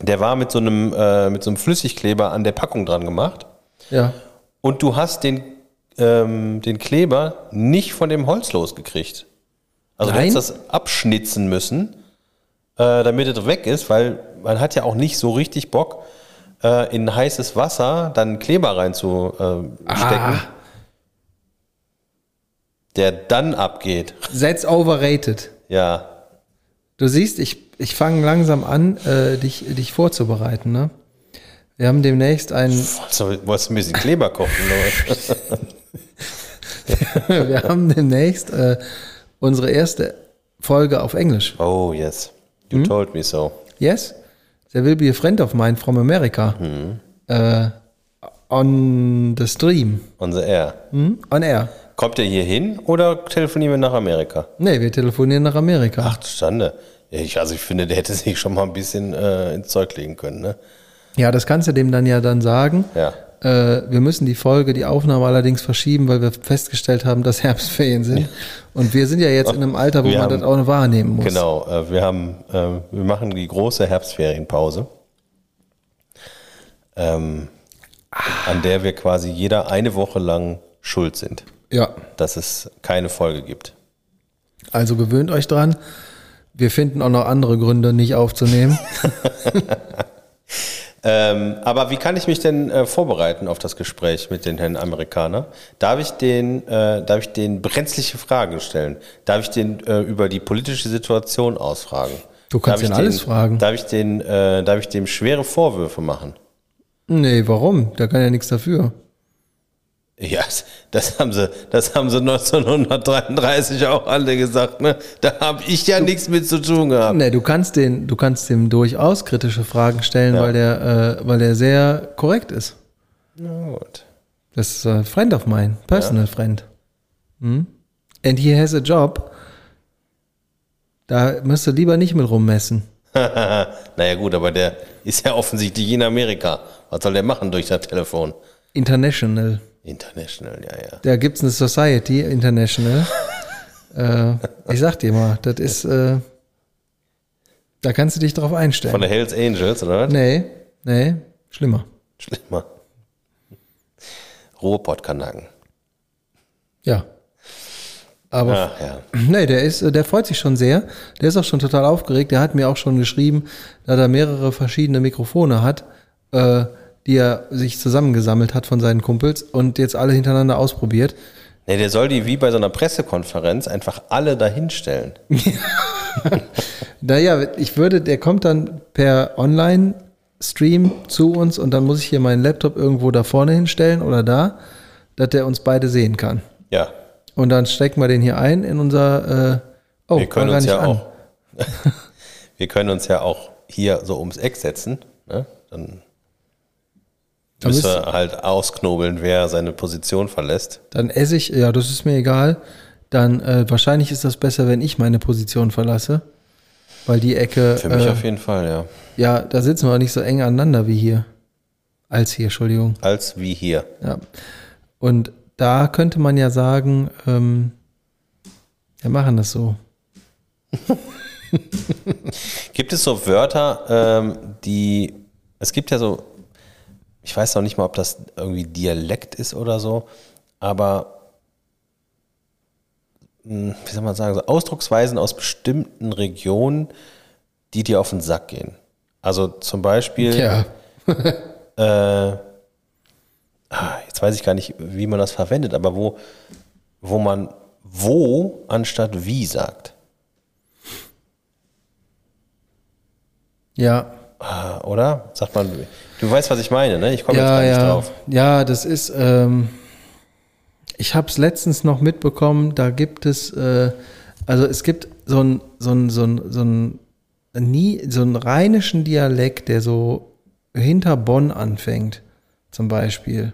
der war mit so einem äh, mit so einem Flüssigkleber an der Packung dran gemacht
Ja.
und du hast den ähm, den Kleber nicht von dem Holz losgekriegt. Also du
Nein.
hättest das abschnitzen müssen, äh, damit es weg ist, weil man hat ja auch nicht so richtig Bock äh, in heißes Wasser dann Kleber reinzustecken, äh, stecken,
Ah,
der dann abgeht.
that's overrated.
Ja,
Du siehst, ich, ich fange langsam an, äh, dich, dich vorzubereiten. Ne? Wir haben demnächst einen,
wolltest du, wolltest du ein bisschen Kleber kochen?
[laughs]
Oder?
wir haben demnächst äh, unsere erste Folge auf Englisch.
Oh, yes. You
Hm?
told me so.
Yes, there will be a friend of mine from America äh, on the stream,
On the air.
hm? on air.
Kommt ihr hier hin oder telefonieren wir nach Amerika?
Nee, wir telefonieren nach Amerika.
Ach, Schande. Ja, Ich, also ich finde, der hätte sich schon mal ein bisschen äh, ins Zeug legen können, ne?
Ja, das kannst du dem dann ja dann sagen.
Ja.
Äh, wir müssen die Folge, die Aufnahme allerdings verschieben, weil wir festgestellt haben, dass [laughs] Herbstferien sind. Und wir sind ja jetzt in einem Alter, wo
Wir
man
haben-
das auch noch wahrnehmen muss.
Genau, äh, wir haben, äh, wir machen die große Herbstferienpause, ähm, an der wir quasi jeder eine Woche lang schuld sind,
Ja,
dass es keine Folge gibt.
also gewöhnt euch dran. Wir finden auch noch andere Gründe, nicht
[laughs]
aufzunehmen.
Ähm, aber wie kann ich mich denn äh, vorbereiten auf das Gespräch mit den Herrn Amerikaner? Darf ich den, äh, darf ich den brenzliche Fragen stellen? Darf ich den äh, über die politische Situation ausfragen?
Du kannst
darf
ihn
ich
alles fragen.
Darf ich den, äh, darf ich dem schwere Vorwürfe machen?
nee, warum? Da kann ja nichts dafür.
Ja, das haben sie, das haben sie 1933 auch alle gesagt, ne? Da habe ich ja nichts mit zu tun gehabt.
Nee, du kannst den, du kannst dem durchaus kritische Fragen stellen,
Ja.
weil der, äh, weil der sehr korrekt ist.
Na gut.
Das ist ein Friend of mine, personal friend. Hm? And he has a job. Da müsst du lieber nicht mit rummessen.
naja, gut, aber der ist ja offensichtlich in Amerika. Was soll der machen durch das Telefon?
International.
International, ja, ja.
Da gibt's eine Society
[laughs]
International. äh, ich sag dir mal, das ist, äh, da kannst du dich drauf
Von
einstellen.
der Hells Angels, oder? was?
Nee, nee, schlimmer.
Schlimmer. Ruhrpott-Kanaken.
Ja. Aber
Ach Ah, ja.
Nee, der ist, äh, der freut sich schon sehr. Der ist auch schon total aufgeregt. Der hat mir auch schon geschrieben, dass er mehrere verschiedene Mikrofone hat, äh, die er sich zusammengesammelt hat von seinen Kumpels und jetzt alle hintereinander ausprobiert.
Nee, der soll die wie bei so einer Pressekonferenz einfach alle dahinstellen.
Naja, ich würde, der kommt dann per Online-Stream zu uns und dann muss ich hier meinen Laptop irgendwo da vorne hinstellen oder da, dass der uns beide sehen kann.
Ja.
Und dann stecken wir den hier ein in unser, äh, oh,
Wir können
war gar
uns
nicht
ja
an.
auch. wir können uns ja auch hier so ums Eck setzen. Ne? Dann
Da
müssen
müsst-
wir halt ausknobeln, wer seine Position verlässt.
Dann esse ich, ja, das ist mir egal. Dann äh, wahrscheinlich ist das besser, wenn ich meine Position verlasse. Weil die Ecke,
Für mich
äh,
auf jeden Fall, ja.
ja, da sitzen wir auch nicht so eng aneinander wie hier. Als hier, Entschuldigung.
Als wie hier.
Ja. Und da könnte man ja sagen, ähm, wir machen das so.
Gibt es so Wörter, ähm, die. Es gibt ja so. Ich weiß noch nicht mal, ob das irgendwie Dialekt ist oder so, aber. mh, Wie soll man sagen? So Ausdrucksweisen aus bestimmten Regionen, die dir auf den Sack gehen. Also zum Beispiel. äh, ah, jetzt weiß ich gar nicht, wie man das verwendet, aber wo, wo man wo anstatt wie sagt.
Ja.
Ah, Oder? Sagt man, du weißt, was ich meine, ne? Ich komme
ja,
jetzt gar nicht
ja.
drauf.
Ja, das ist, ähm, ich habe es letztens noch mitbekommen, da gibt es, äh, also es gibt so ein, so ein, so ein, so ein, nie, so einen rheinischen Dialekt, der so hinter Bonn anfängt, zum Beispiel.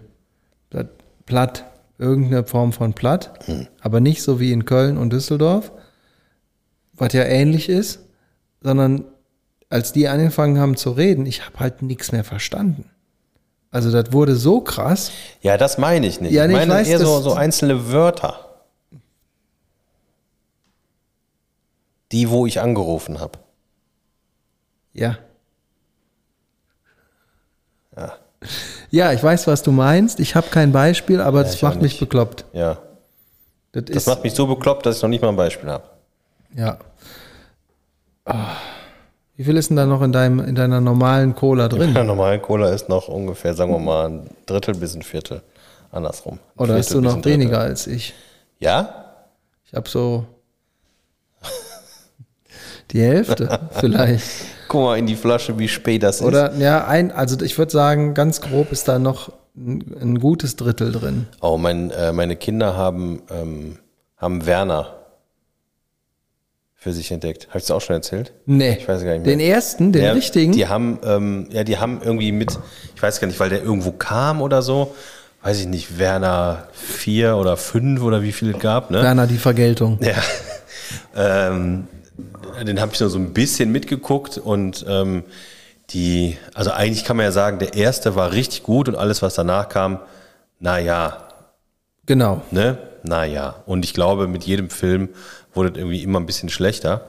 Das Platt, irgendeine Form von Platt,
Hm.
aber nicht so wie in Köln und Düsseldorf, was ja ähnlich ist, sondern als die angefangen haben zu reden, ich habe halt nichts mehr verstanden Also das wurde so krass.
Ja, das meine ich nicht.
Ja, nee,
ich
ich
meine
weiß,
eher so,
dass-
so einzelne Wörter. Die, wo ich angerufen habe.
Ja.
Ja.
Ja, ich weiß, was du meinst. Ich habe kein Beispiel, aber das
ich auch
macht mich
nicht.
bekloppt.
ja.
Das,
Das
ist
macht mich so bekloppt, dass ich noch nicht mal ein Beispiel habe.
ja. Ah. Wie viel ist denn da noch in deinem in deiner normalen Cola [laughs]
[laughs]
drin?
Ja, normalen Cola ist noch ungefähr, sagen wir mal, ein Drittel bis ein Viertel. Andersrum. Ein
Oder hast
Viertel
du
bis
noch
ein Drittel.
weniger als ich?
Ja?
Ich habe so [laughs] die
[laughs]
Hälfte vielleicht.
Guck mal in die Flasche, wie spät das ist.
Oder ja, ein, also ich würde sagen, ganz grob ist da noch ein, ein gutes Drittel drin.
Oh, mein, äh, meine Kinder haben, ähm, haben Werner für sich entdeckt. Habe ich das auch schon erzählt?
Nee.
Ich weiß gar nicht mehr.
Den ersten, den
Ja,
richtigen.
Die haben, ähm, ja, die haben irgendwie mit, ich weiß gar nicht, weil der irgendwo kam oder so, weiß ich nicht, Werner 4 oder 5 oder wie viel es gab, ne?
Werner, die Vergeltung.
Ja. ähm, den habe ich nur so ein bisschen mitgeguckt und ähm, die, also eigentlich kann man ja sagen, der erste war richtig gut und alles, was danach kam, naja,
Genau.
ne? Naja. Und ich glaube, mit jedem Film wurde es irgendwie immer ein bisschen schlechter.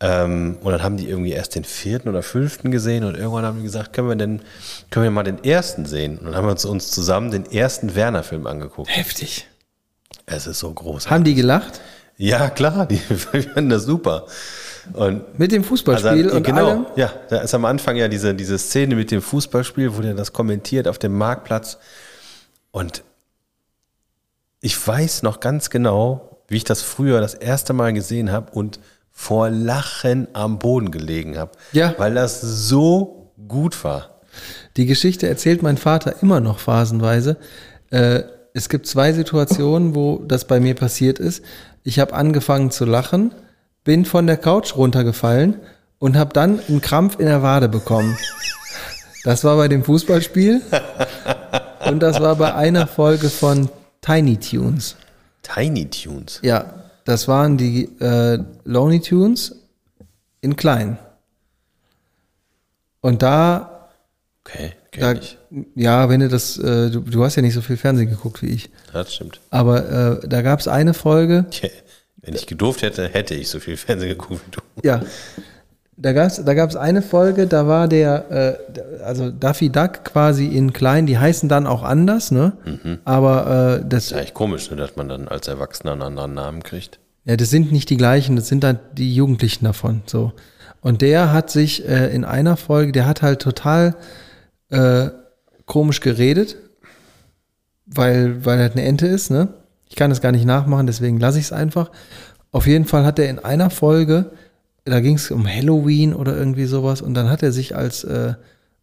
Ähm, und dann haben die irgendwie erst den vierten oder fünften gesehen und irgendwann haben die gesagt, können wir denn, können wir mal den ersten sehen? Und dann haben wir uns, uns zusammen den ersten Werner-Film angeguckt.
Heftig.
Es ist so großartig.
Haben die gelacht?
Ja, klar, die [laughs] fanden das super. Und
Mit dem Fußballspiel
also,
und
genau,
allem?
ja, da ist am Anfang ja diese, diese Szene mit dem Fußballspiel, wo der das kommentiert auf dem Marktplatz. Und ich weiß noch ganz genau, wie ich das früher das erste Mal gesehen habe und vor Lachen am Boden gelegen habe.
Ja.
Weil das so gut war.
Die Geschichte erzählt mein Vater immer noch phasenweise. Äh, es gibt zwei Situationen, wo das bei mir passiert ist. Ich habe angefangen zu lachen, bin von der Couch runtergefallen und habe dann einen Krampf in der Wade bekommen. Das war bei dem Fußballspiel und das war bei einer Folge von Tiny Tunes.
Tiny Tunes.
Ja, das waren die äh, Lonely Tunes in klein. Und da
Okay, kenn
da,
ich.
ja, wenn du das, äh, du, du hast ja nicht so viel Fernsehen geguckt wie ich.
Das stimmt.
Aber äh, da gab es eine Folge,
Tja, Wenn ich gedurft hätte, hätte ich so viel Fernsehen geguckt wie du.
ja, da gab es da gab's eine Folge, da war der, äh, also Daffy Duck quasi in klein, die heißen dann auch anders, ne?
Mhm.
Aber äh, das,
Ist eigentlich komisch, ne, dass man dann als Erwachsener einen anderen Namen kriegt.
Ja, das sind nicht die gleichen, das sind dann die Jugendlichen davon. So. Und der hat sich äh, in einer Folge, der hat halt total äh, komisch geredet, weil, weil er halt eine Ente ist, ne? Ich kann das gar nicht nachmachen, deswegen lasse ich es einfach. Auf jeden Fall hat er in einer Folge, da ging es um Halloween oder irgendwie sowas, und dann hat er sich als, äh,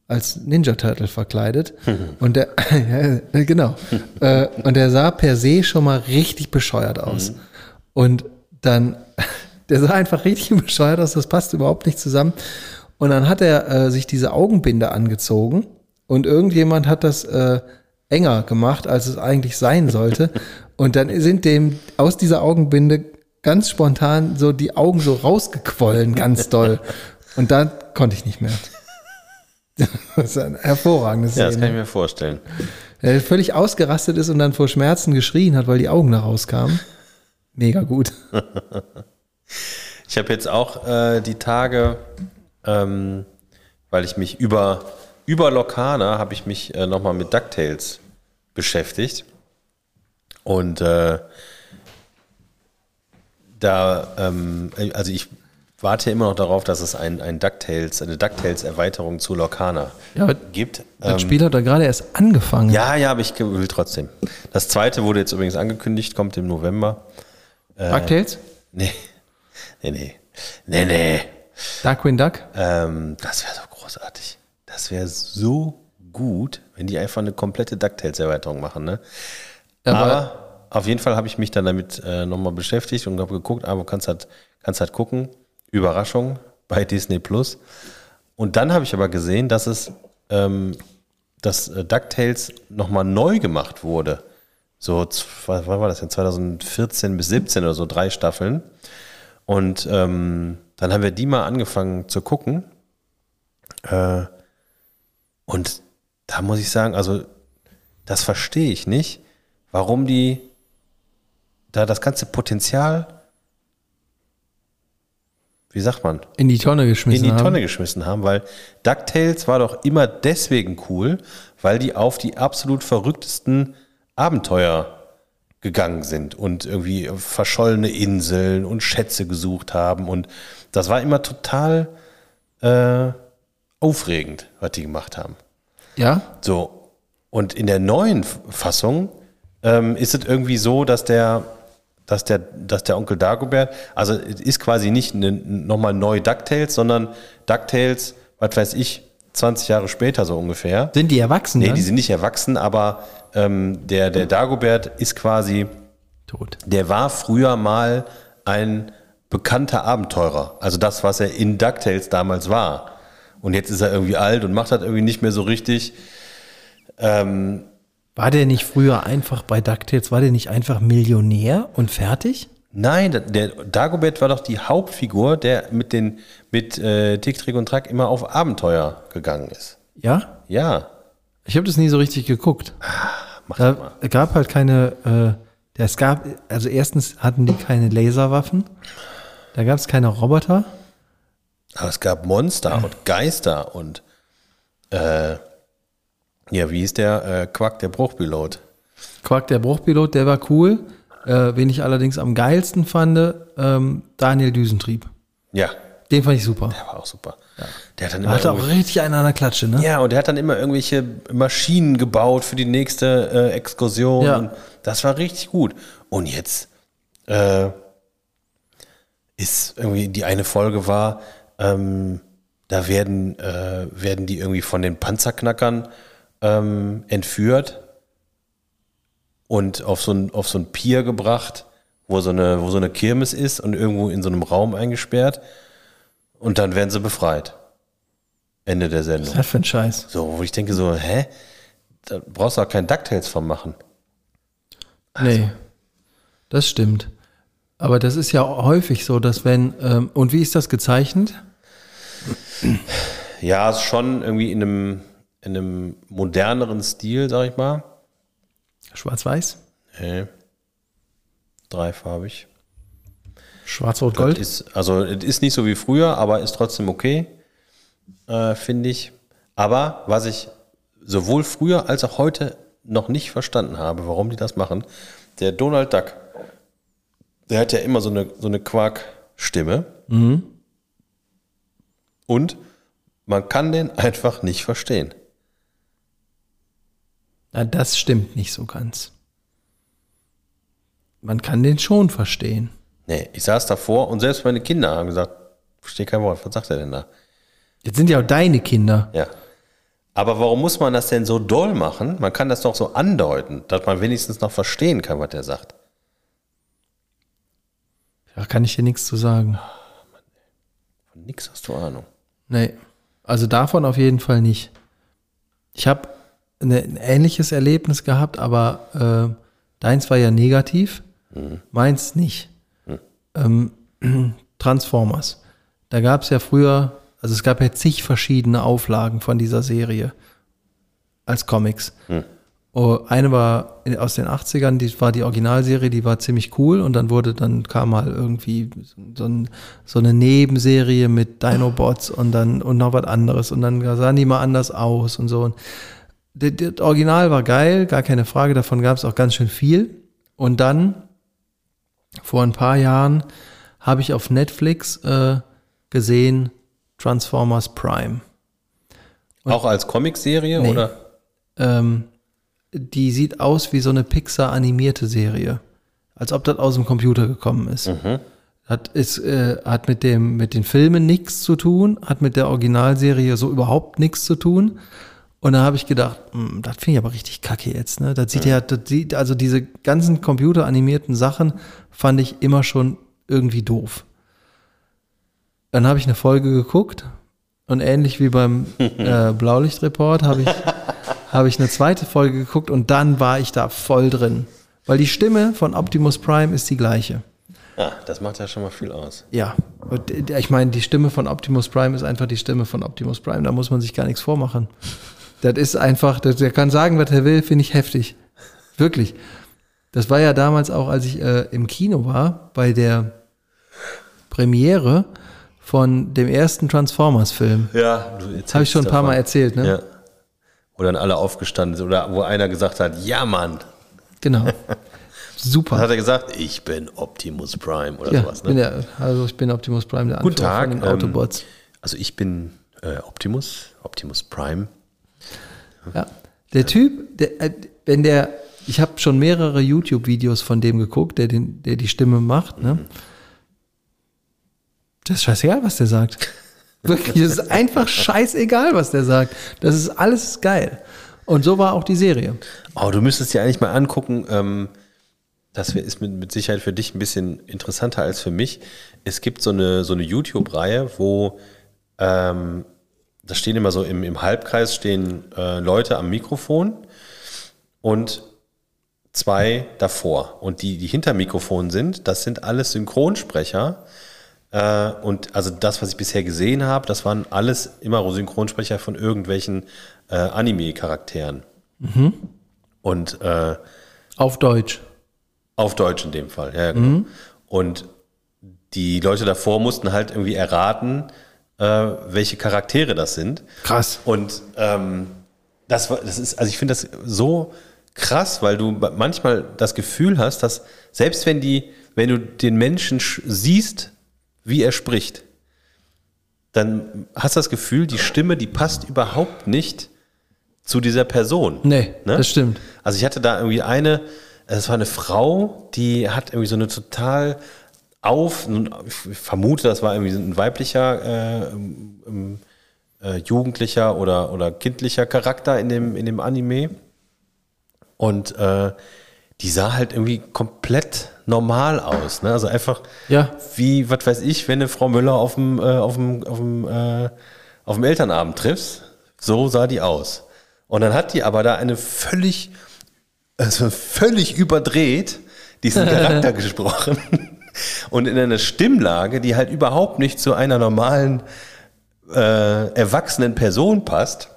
als Ninja Turtle verkleidet. und der, [laughs] ja, genau. äh, und der sah per se schon mal richtig bescheuert aus. Und dann, [laughs] der sah einfach richtig [laughs] bescheuert aus, das passt überhaupt nicht zusammen. Und dann hat er äh, sich diese Augenbinde angezogen und irgendjemand hat das äh, enger gemacht, als es eigentlich sein
[laughs]
sollte. und dann sind dem aus dieser Augenbinde ganz spontan so die Augen so rausgequollen,
[laughs]
ganz doll. Und dann konnte ich nicht mehr. [laughs] Das ist ein hervorragendes
Ja, das kann
Szene.
ich mir vorstellen.
Der völlig ausgerastet ist und dann vor Schmerzen geschrien hat, weil die Augen da rauskamen. Mega gut.
Ich habe jetzt auch äh, die Tage, ähm, weil ich mich über, über Lokana habe ich mich äh, nochmal mit DuckTales beschäftigt. Und äh, da, ähm, also ich warte immer noch darauf, dass es ein, ein DuckTales, eine DuckTales-Erweiterung zu Lokana
Ja, aber
gibt. Äh,
Das Spiel hat da gerade erst angefangen.
Ähm, Ja, ja, aber ich will trotzdem. Das zweite wurde jetzt übrigens angekündigt, kommt im November.
äh, DuckTales?
Nee. Nee, nee. Nee, nee.
Darkwing Duck?
Ähm, das wäre so großartig. Das wäre so gut, wenn die einfach eine komplette DuckTales-Erweiterung machen, ne?
Aber-
Aber, auf jeden Fall habe ich mich dann damit äh, nochmal beschäftigt und habe geguckt, aber kannst halt, kannst halt gucken. Überraschung bei Disney Plus. Und dann habe ich aber gesehen, dass es, ähm, dass äh, DuckTales nochmal neu gemacht wurde. So, z- wann war das denn? 2014 bis 17 oder so, drei Staffeln. Und ähm, dann haben wir die mal angefangen zu gucken. Äh, und da muss ich sagen, also das verstehe ich nicht, warum die da das ganze Potenzial, wie sagt man,
In die Tonne
in
geschmissen
die
haben.
Tonne geschmissen haben, weil DuckTales war doch immer deswegen cool, weil die auf die absolut verrücktesten Abenteuer gegangen sind und irgendwie verschollene Inseln und Schätze gesucht haben und das war immer total äh, aufregend, was die gemacht haben.
Ja?
So. Und in der neuen F- Fassung ähm, ist es irgendwie so, dass der, dass der, dass der Onkel Dagobert, also es ist quasi nicht ne, nochmal neu DuckTales, sondern DuckTales, was weiß ich, 20 Jahre später so ungefähr.
Sind die erwachsen?
Nee,
dann?
die sind nicht erwachsen, aber ähm, der, der Dagobert ist quasi,
tot.
der war früher mal ein bekannter Abenteurer. Also das, was er in DuckTales damals war. Und jetzt ist er irgendwie alt und macht das irgendwie nicht mehr so richtig.
War der nicht früher einfach bei DuckTales, war der nicht einfach Millionär und fertig?
Nein, da- der Dagobert war doch die Hauptfigur, der mit den mit äh, Tick, Trick und Track immer auf Abenteuer gegangen ist.
Ja?
Ja,
Ich habe das nie so richtig geguckt.
Ah, mach das mal.
Da gab halt keine, äh, es gab, also erstens hatten die keine Laserwaffen, da gab es keine Roboter.
Aber es gab
Mhm.
Monster und Geister und äh, ja, wie hieß der äh, Quack, der Bruchpilot?
Quack, der Bruchpilot, der war cool. Äh, wen ich allerdings am geilsten fand, ähm, Daniel Düsentrieb.
Ja,
Den fand ich super.
der war auch super. Der hat dann
Da
immer
hatte auch
irgendwie-
richtig einen an der Klatsche, ne?
ja, und der hat dann immer irgendwelche Maschinen gebaut für die nächste äh, Exkursion.
Ja.
Und das war richtig gut. Und jetzt äh, ist irgendwie die eine Folge war, ähm, da werden, äh, werden die irgendwie von den Panzerknackern ähm, entführt und auf so ein, auf so ein Pier gebracht, wo so, eine, wo so eine Kirmes ist und irgendwo in so einem Raum eingesperrt. Und dann werden sie befreit. Ende der Sendung.
Was für ein Scheiß.
So, wo ich denke so, hä? Da brauchst du auch kein DuckTales von machen.
Nee, das stimmt. Aber das ist ja häufig so, dass wenn, ähm, und wie ist das gezeichnet?
Ja, ist schon irgendwie in einem, in einem moderneren Stil, sag ich mal.
Schwarz-Weiß?
Nee. Dreifarbig.
Schwarz-Rot-Gold?
Ist, also, es ist nicht so wie früher, aber ist trotzdem okay, äh, finde ich. Aber was ich sowohl früher als auch heute noch nicht verstanden habe, warum die das machen, der Donald Duck, der hat ja immer so eine, so eine Quark-Stimme. Und man kann den einfach nicht verstehen.
Na, das stimmt nicht so ganz. Man kann den schon verstehen.
Nee, ich saß davor und selbst meine Kinder haben gesagt, verstehe kein Wort, was sagt er denn da?
Jetzt sind ja auch deine Kinder.
Ja. Aber warum muss man das denn so doll machen? Man kann das doch so andeuten, dass man wenigstens noch verstehen kann, was der sagt.
Da kann ich dir nichts zu sagen.
Von nix hast du Ahnung.
Nee, also davon auf jeden Fall nicht. Ich habe ne, ein ähnliches Erlebnis gehabt, aber äh, deins war ja negativ, meins nicht. Ähm, [clears throat] Transformers. Da gab es ja früher, also es gab ja zig verschiedene Auflagen von dieser Serie als Comics. Oh, Eine war in- aus den 80ern, die war die Originalserie, die war ziemlich cool und dann wurde, dann kam mal irgendwie so, ein, so eine Nebenserie mit Dinobots und dann und noch was anderes und dann sahen die mal anders aus und so. Und d- d- das Original war geil, gar keine Frage, davon gab es auch ganz schön viel. Und dann, vor ein paar Jahren, habe ich auf Netflix äh, gesehen Transformers Prime.
auch als Comicserie
Nee.
oder?
Ähm, die sieht aus wie so eine Pixar-animierte Serie. Als ob das aus dem Computer gekommen ist. Hat, ist, äh, hat mit, dem, mit den Filmen nichts zu tun, hat mit der Originalserie so überhaupt nichts zu tun. Und da habe ich gedacht, "Hm, das finde ich aber richtig kacke jetzt. Ne? Das sieht ja, das sieht, also diese ganzen computeranimierten Sachen fand ich immer schon irgendwie doof. Dann habe ich eine Folge geguckt und ähnlich wie beim äh, Blaulichtreport habe ich habe ich eine zweite Folge geguckt und dann war ich da voll drin. Weil die Stimme von Optimus Prime ist die gleiche.
Ja, Ah, das macht ja schon mal viel aus.
Ja. Und äh, ich meine, die Stimme von Optimus Prime ist einfach die Stimme von Optimus Prime. Da muss man sich gar nichts vormachen. Das ist einfach, das, der kann sagen, was er will, finde ich heftig. Wirklich. Das war ja damals auch, als ich äh, im Kino war, bei der Premiere von dem ersten Transformers-Film.
Ja, du
Das habe ich schon ein paar Mal erzählt, ne?
Ja. Wo dann alle aufgestanden sind oder wo einer gesagt hat, ja Mann. [laughs]
Genau.
Dann hat
Super.
er gesagt, ich bin Optimus Prime oder
Ja,
sowas.
bin
Ne?
der, also ich bin Optimus Prime, der
Guten
Anführer
Tag.
von den
ähm,
Autobots.
Also ich bin äh, Optimus, Optimus Prime.
Ja. Der Typ, der, äh, wenn der, ich habe schon mehrere YouTube-Videos von dem geguckt, der, den, der die Stimme macht, ne? Das ist scheißegal, was der
[laughs]
sagt. Wirklich, es ist einfach scheißegal, was der sagt. Das ist alles geil. Und so war auch die Serie.
Oh, du müsstest dir eigentlich mal angucken, ähm, das wär- ist mit, mit Sicherheit für dich ein bisschen interessanter als für mich. Es gibt so eine, so eine YouTube-Reihe, wo ähm, da stehen immer so im, im Halbkreis stehen äh, Leute am Mikrofon und zwei davor. Und die, die hinter Mikrofon sind, das sind alles Synchronsprecher. Äh, und also das, was ich bisher gesehen habe, das waren alles immer Synchronsprecher von irgendwelchen äh, Anime-Charakteren. Und äh,
Auf Deutsch.
auf Deutsch in dem Fall, ja, ja, genau. Und die Leute davor mussten halt irgendwie erraten, äh, welche Charaktere das sind.
Krass.
Und ähm, das, war, das ist, also ich finde das so krass, weil du ba- manchmal das Gefühl hast, dass selbst wenn die, wenn du den Menschen sch- siehst, wie er spricht, dann hast du das Gefühl, die Stimme, die passt überhaupt nicht zu dieser Person.
Nee, das stimmt.
Also ich hatte da irgendwie eine, äh, es war eine Frau, die hat irgendwie so eine total auf, ich vermute, das war irgendwie so ein weiblicher äh, ähm, äh, jugendlicher oder, oder kindlicher Charakter in dem, in dem Anime. Und äh, die sah halt irgendwie komplett normal aus. Ne? Also einfach
Ja.
wie, was weiß ich, wenn du Frau Müller auf dem, äh, auf dem, auf dem, äh, auf dem Elternabend triffst. So sah die aus. Und dann hat die aber da eine völlig, also völlig überdreht diesen Charakter gesprochen. Und in einer Stimmlage, die halt überhaupt nicht zu einer normalen äh, erwachsenen Person passt.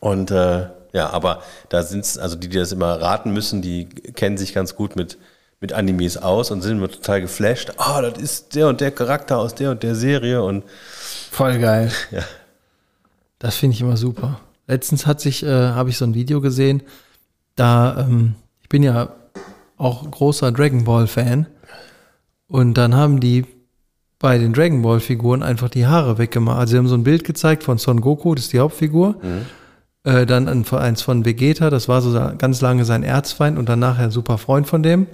Und äh, ja, aber da sind's also die, die das immer raten müssen, die kennen sich ganz gut mit, mit Animes aus und sind immer total geflasht. Ah, das ist der und der Charakter aus der und der Serie und
Voll geil.
Ja.
Das finde ich immer super. Letztens hat sich, äh, habe ich so ein Video gesehen, da, ähm, ich bin ja auch großer Dragon Ball Fan und dann haben die bei den Dragon Ball Figuren einfach die Haare weggemacht. Also sie haben so ein Bild gezeigt von Son Goku, das ist die Hauptfigur. Äh, dann ein- eins von Vegeta, das war so sa- ganz lange sein Erzfeind und dann nachher super Freund von dem.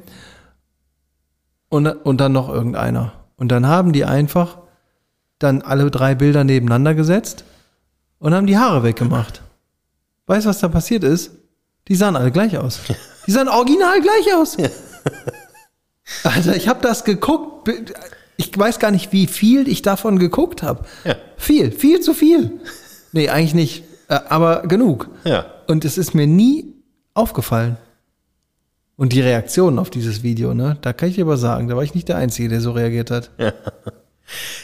Und, und dann noch irgendeiner. Und dann haben die einfach dann alle drei Bilder nebeneinander gesetzt und haben die Haare weggemacht. Weißt du, was da passiert ist? Die sahen alle gleich aus. Die sahen original gleich aus. Alter, ich habe das geguckt. Ich weiß gar nicht, wie viel ich davon geguckt habe.
Ja.
Viel, viel zu viel. Nee, eigentlich nicht. Äh, Aber genug.
ja.
Und es ist mir nie aufgefallen. Und die Reaktionen auf dieses Video, ne? Da kann ich dir aber sagen, da war ich nicht der Einzige, der so reagiert hat.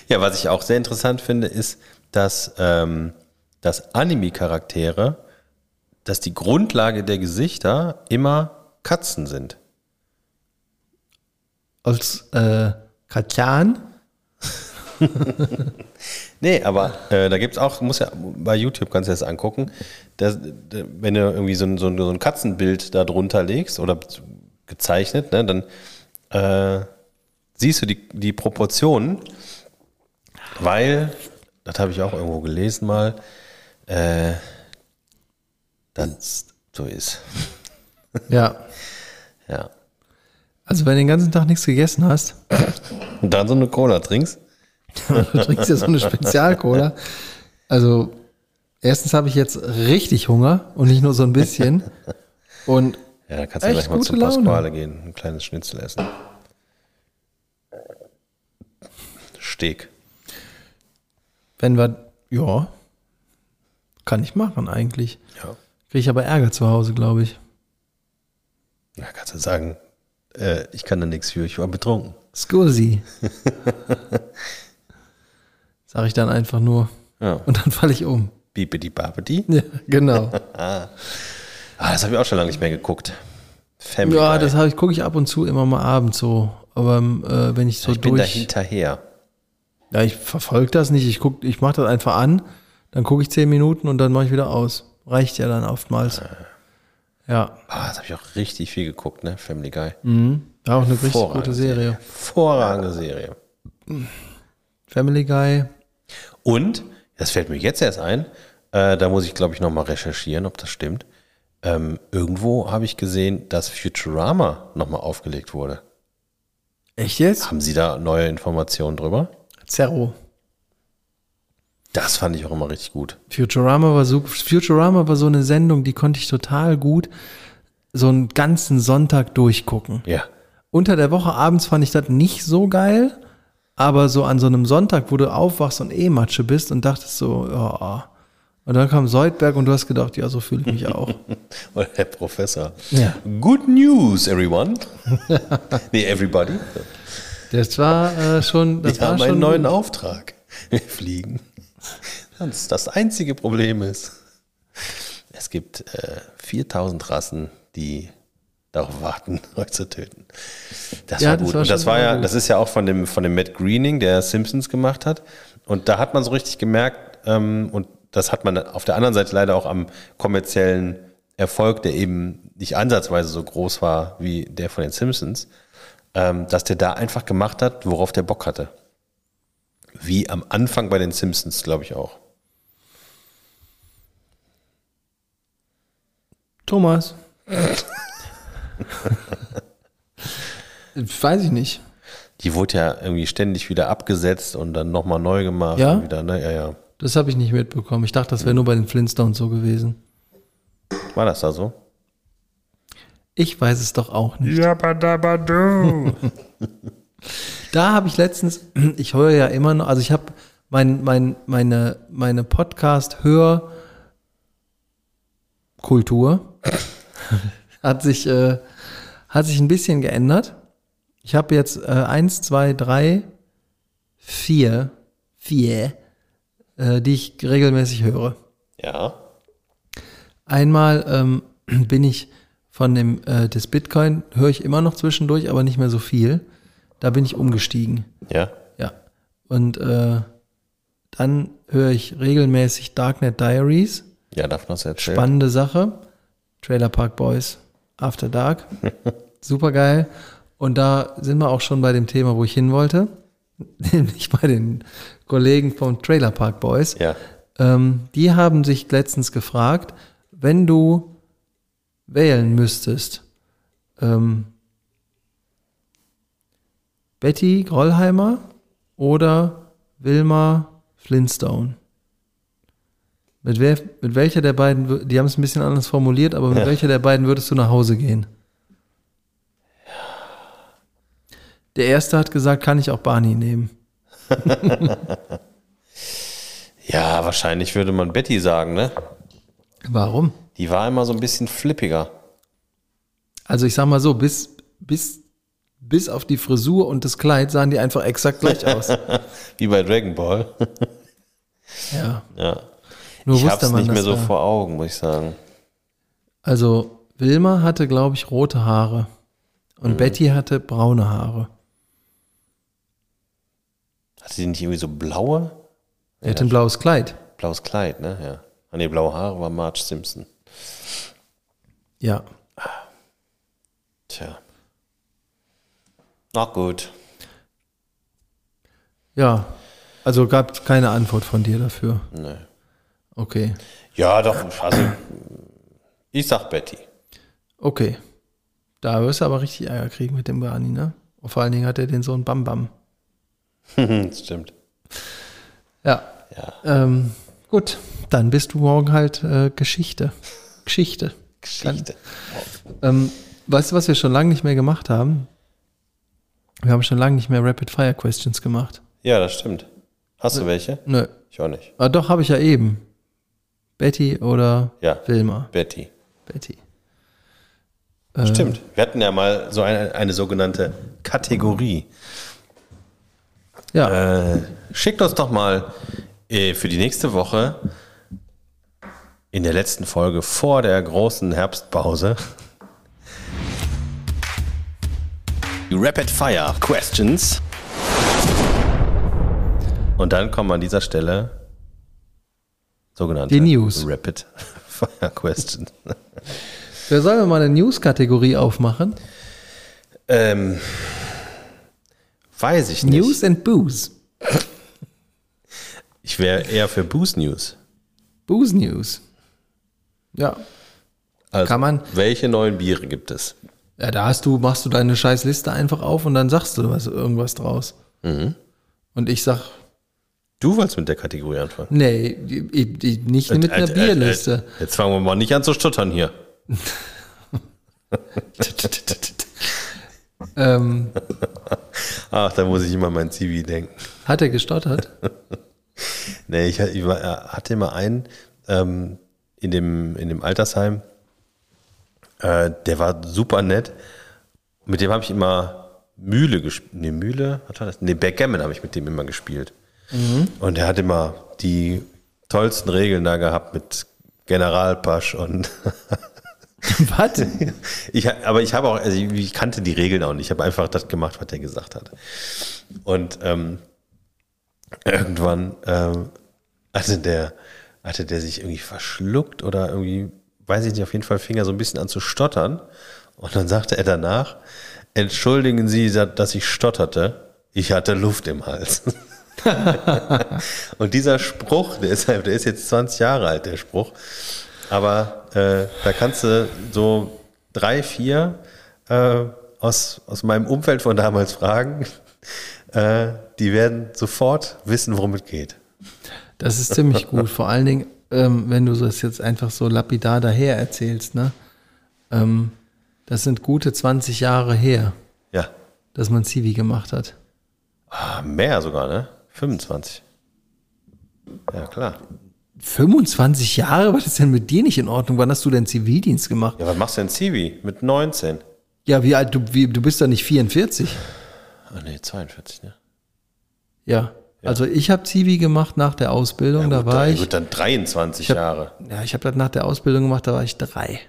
Ja, was ich auch sehr interessant finde, ist, dass, ähm, dass Anime-Charaktere, dass die Grundlage der Gesichter immer Katzen sind.
Als äh, Katan.
Nee, aber äh, da gibt's auch, muss ja bei YouTube kannst du das angucken, dass, äh, wenn du irgendwie so ein, so, ein, so ein Katzenbild da drunter legst oder gezeichnet, ne, dann äh, siehst du die, die Proportionen, weil, das habe ich auch irgendwo gelesen mal, äh, das so ist.
Ja.
Ja.
Also wenn du den ganzen Tag nichts gegessen hast, [laughs]
Und dann so eine Cola trinkst.
du trinkst ja so eine Spezialcola. Also erstens habe ich jetzt richtig Hunger und nicht nur so ein bisschen. Und
Ja, da kannst du
Echt
gleich mal
gute
zu
Laune.
Pasquale gehen, ein kleines Schnitzel essen. Steg.
wenn wir, ja, kann ich machen eigentlich.
Ja.
Kriege ich aber Ärger zu Hause, glaube ich.
Ja, kannst du sagen, äh, ich kann da nichts für, ich war betrunken.
[laughs] Scusi. Sag ich dann einfach nur.
Ja.
Und dann falle ich um.
Bibidi Babidi.
Ja, genau.
Ah, das habe ich auch schon lange nicht mehr geguckt. Family
Ja,
Guy.
das habe ich, gucke ich ab und zu immer mal abends so. Aber äh, wenn ich so
ich bin da
durch.
hinterher.
Ja, ich verfolge das nicht. Ich guck, ich mache das einfach an, dann gucke ich zehn Minuten und dann mache ich wieder aus. Reicht ja dann oftmals. Ja,
Ah, das habe ich auch richtig viel geguckt, ne? Family Guy.
war auch eine richtig
Hervorragende
gute Serie.
Hervorragende Serie.
Family Guy.
Und, das fällt mir jetzt erst ein, äh, da muss ich, glaube ich, nochmal recherchieren, ob das stimmt. Ähm, irgendwo habe ich gesehen, dass Futurama nochmal aufgelegt wurde.
Echt jetzt?
Haben Sie da neue Informationen drüber?
Zerro.
Das fand ich auch immer richtig gut.
Futurama war so, Futurama war so eine Sendung, die konnte ich total gut so einen ganzen Sonntag durchgucken.
Ja.
Unter der Woche abends fand ich das nicht so geil, aber so an so einem Sonntag, wo du aufwachst und eh Matsche bist und dachtest so, ja. Und dann kam Soldberg und du hast gedacht, ja, so fühle ich mich auch.
[laughs] Oder der Professor.
Ja.
Good
[laughs]
news, everyone. nee, everybody.
[laughs] Das war äh, schon, das
Wir
war
haben
schon
einen neuen Auftrag. Wir fliegen. Das, das einzige Problem ist, es gibt äh, 4000 Rassen, die darauf [laughs] warten, euch zu töten. Das
Ja,
war
das
gut.
war
und das
schon
war ja,
gut.
das ist ja auch von dem, von dem Matt Greening, der Simpsons gemacht hat. Und da hat man so richtig gemerkt, ähm, und das hat man auf der anderen Seite leider auch am kommerziellen Erfolg, der eben nicht ansatzweise so groß war wie der von den Simpsons, ähm, dass der da einfach gemacht hat, worauf der Bock hatte. Wie am Anfang bei den Simpsons, glaube ich auch.
Thomas. Weiß ich nicht.
Die wurde ja irgendwie ständig wieder abgesetzt und dann nochmal neu gemacht.
Ja?
Und wieder, ne? ja, ja.
Das habe ich nicht mitbekommen. Ich dachte, das wäre nur bei den Flintstones so gewesen.
War das da so?
Ich weiß es doch auch nicht. da habe ich letztens, [clears throat] ich höre ja immer noch, also ich habe mein, mein, meine, meine Podcast-Hörkultur hat sich, äh, hat sich ein bisschen geändert. Ich habe jetzt äh, eins, zwei, drei, vier, vier, äh, die ich regelmäßig höre.
Ja.
Einmal ähm, [clears throat] bin ich von dem äh, des Bitcoin, höre ich immer noch zwischendurch, aber nicht mehr so viel. Da bin ich umgestiegen.
Ja.
Ja. Und äh, dann höre ich regelmäßig Darknet Diaries.
Ja, darf man das erzählen?
Spannende Sache. Trailer Park Boys, After Dark. Super geil. Und da sind wir auch schon bei dem Thema, wo ich hin wollte. [laughs] Nämlich bei den Kollegen vom Trailer Park Boys.
Ja.
Ähm, die haben sich letztens gefragt, wenn du wählen müsstest, ähm, Betty Grollheimer oder Wilma Flintstone? Mit, wer, mit welcher der beiden, wür- die haben es ein bisschen anders formuliert, aber mit welcher der beiden würdest du nach Hause gehen? Der erste hat gesagt, kann ich auch Barney nehmen.
Ja, wahrscheinlich würde man Betty sagen, ne?
Warum?
Die war immer so ein bisschen flippiger.
Also ich sag mal so, bis, bis, bis auf die Frisur und das Kleid sahen die einfach exakt
[laughs]
gleich aus.
Wie bei Dragon Ball.
ja.
Ja.
Nur
ich hab's
wusste man
nicht
das
mehr so
da.
vor Augen, muss ich sagen.
Also Wilma hatte, glaube ich, rote Haare.
Mhm.
Und Betty hatte braune Haare.
Hatte die nicht irgendwie so blaue?
Die hatte ein blaues Kleid.
Blaues Kleid, ne? Ja. Ah, nee, blaue Haare war Marge Simpson.
Ja.
Tja. Na gut.
Ja. Also gab es keine Antwort von dir dafür.
Nee.
Okay.
Ja, doch. Also, ich sag Betty. [laughs]
Okay. Da wirst du aber richtig Ärger kriegen mit dem Barney, ne? Und vor allen Dingen hat er den Sohn Bam Bam.
Stimmt.
Ja.
Ja.
Ähm, gut. Dann bist du morgen halt äh, Geschichte. Geschichte.
Geschichte.
Ähm, weißt du, was wir schon lange nicht mehr gemacht haben? Wir haben schon lange nicht mehr Rapid Fire Questions gemacht.
Ja, das stimmt. Hast du welche?
Nö.
Ich auch nicht.
Ah, doch, habe ich ja eben. Betty oder
Ja,
Wilma?
Betty.
Betty.
Stimmt. Äh, Wir hatten ja mal so eine, eine sogenannte Kategorie.
Ja,
Äh, schickt uns doch mal äh, für die nächste Woche in der letzten Folge vor der großen Herbstpause. Die Rapid Fire Questions. Und dann kommen an dieser Stelle sogenannte
Die News.
Rapid Fire Questions. [laughs]
Wer soll mir mal eine News-Kategorie aufmachen?
ähm, weiß ich nicht.
News and Booze.
Ich wäre eher für Boost News.
Booze News. Ja.
Also,
Kann man-
Welche neuen Biere gibt es?
Ja, da hast du, machst du deine scheiß Liste einfach auf und dann sagst du was, irgendwas draus.
Mhm.
Und ich sag,
Du wolltest mit der Kategorie anfangen.
nee, ich, ich, nicht mit einer
Äh, äh, äh,
Bierliste.
Jetzt fangen wir mal nicht an zu
[laughs]
stottern hier. [laughs]
ähm,
Ach, da muss ich immer an mein Zivi denken.
hat er gestottert?
Nee, ich, ich war- äh, hatte immer einen ähm, in, dem, in dem Altersheim, äh, der war super nett. Mit dem habe ich immer Mühle gespielt. Nee, Mühle? Was war das? Nee, Backgammon habe ich mit dem immer gespielt. Und er hat immer die tollsten Regeln da gehabt mit Generalpasch und [laughs]
was?
ich, ha- aber ich habe auch, also ich, ich kannte die Regeln auch nicht. Ich habe einfach das gemacht, was der gesagt hat. Und ähm, irgendwann ähm, hatte der, hatte der sich irgendwie verschluckt oder irgendwie, weiß ich nicht, auf jeden Fall fing er so ein bisschen an zu stottern. Und dann sagte er danach, entschuldigen Sie, sa- dass ich stotterte. Ich hatte Luft im Hals. Und dieser Spruch, der ist, halt- der ist jetzt 20 Jahre alt, der Spruch. Aber äh, da kannst du so drei, vier äh, aus, aus meinem Umfeld von damals fragen. Äh, die werden sofort wissen, worum es geht.
Das ist ziemlich gut. Vor allen Dingen, ähm, wenn du das jetzt einfach so lapidar daher erzählst, ne? Ähm, das sind gute 20 Jahre her,
Ja.
dass man Civi gemacht hat.
Ah, Mehr sogar, ne? 25. Ja, klar.
25 Jahre? Was ist denn mit dir nicht in Ordnung? Wann hast du denn Zivildienst gemacht?
Ja, was machst du denn, Zivi? Mit 19?
Ja, wie alt? Du, wie, du bist doch nicht 44.
Ah, nee, 42, ne?
Ja. Also ich habe Zivi gemacht nach der Ausbildung, da
Gut,
war
dann,
ich.
Gut, dann 23 Jahre.
Ja, ich habe das nach der Ausbildung gemacht, da war ich drei.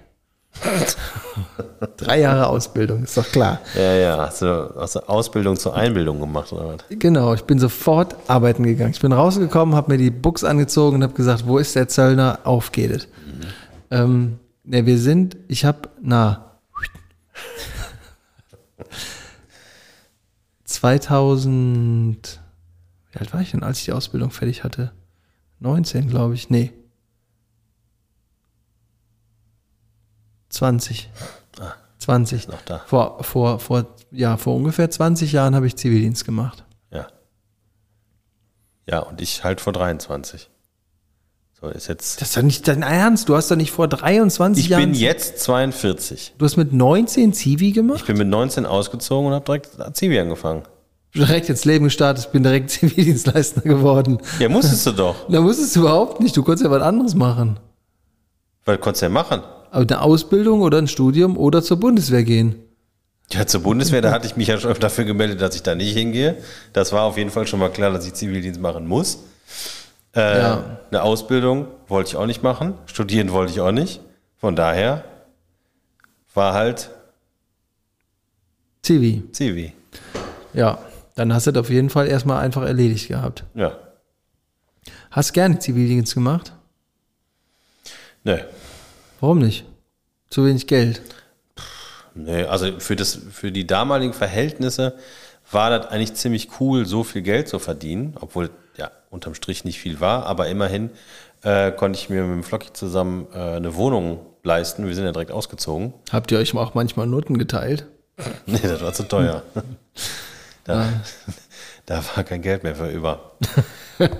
[laughs] drei Jahre Ausbildung, ist doch klar.
Ja, ja. Hast du, hast du Ausbildung zur Einbildung gemacht, oder was?
Genau, ich bin sofort arbeiten gegangen. Ich bin rausgekommen, habe mir die Buchs angezogen und habe gesagt, wo ist der Zöllner? Auf geht es.
Mhm.
Ähm, ne, wir sind, ich habe, na, [laughs] 2000, wie alt war ich denn, als ich die Ausbildung fertig hatte? 19, glaube ich, nee. 20. 20.
Ah, noch da.
Vor, vor, vor, ja, vor ungefähr 20 Jahren habe ich Zivildienst gemacht.
Ja. Ja, und ich halt vor 23. So ist jetzt.
Das ist doch nicht dein Ernst. Du hast doch nicht vor 23
Ich
Jahren.
bin jetzt 42.
du hast mit 19 Zivi
Ich
gemacht?
bin mit 19 ausgezogen und habe direkt Zivi angefangen.
Direkt ins Leben gestartet, bin direkt [laughs] Zivildienstleister geworden.
Ja, musstest du doch.
Da musstest du überhaupt nicht. Du konntest ja was anderes machen.
Was konntest du denn machen?
Aber eine Ausbildung oder ein Studium oder zur Bundeswehr gehen.
Ja, zur Bundeswehr, da hatte ich mich ja schon dafür gemeldet, dass ich da nicht hingehe. Das war auf jeden Fall schon mal klar, dass ich Zivildienst machen muss. Äh,
Ja.
Eine Ausbildung wollte ich auch nicht machen. Studieren wollte ich auch nicht. Von daher war halt
Zivi.
Zivi.
Ja. Dann hast du das auf jeden Fall erstmal einfach erledigt gehabt.
Ja.
Hast gerne Zivildienst gemacht?
Ne,
Warum nicht? Zu wenig Geld.
Nee, also für, das, für die damaligen Verhältnisse war das eigentlich ziemlich cool, so viel Geld zu verdienen, obwohl ja unterm Strich nicht viel war, aber immerhin äh, konnte ich mir mit dem Flocky zusammen äh, eine Wohnung leisten. Wir sind ja direkt ausgezogen.
Habt ihr euch auch manchmal Noten geteilt?
Nee, das war zu teuer. Da, [laughs] da war kein Geld mehr für über.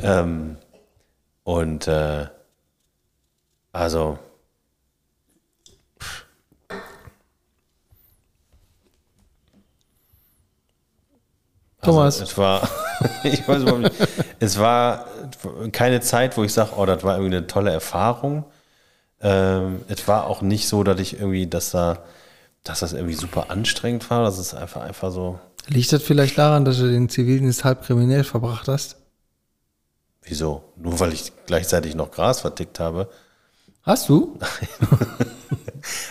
ähm, und äh, also pff.
Thomas.
Also, es war, [laughs] ich weiß überhaupt nicht, es war keine Zeit, wo ich sage, oh, das war irgendwie eine tolle Erfahrung. Ähm, es war auch nicht so, dass ich irgendwie, dass da, dass das irgendwie super anstrengend war. Das ist einfach, einfach so,
Liegt das vielleicht daran, dass du den Zivildienst halb kriminell verbracht hast?
wieso? Nur weil ich gleichzeitig noch Gras vertickt habe
Hast du?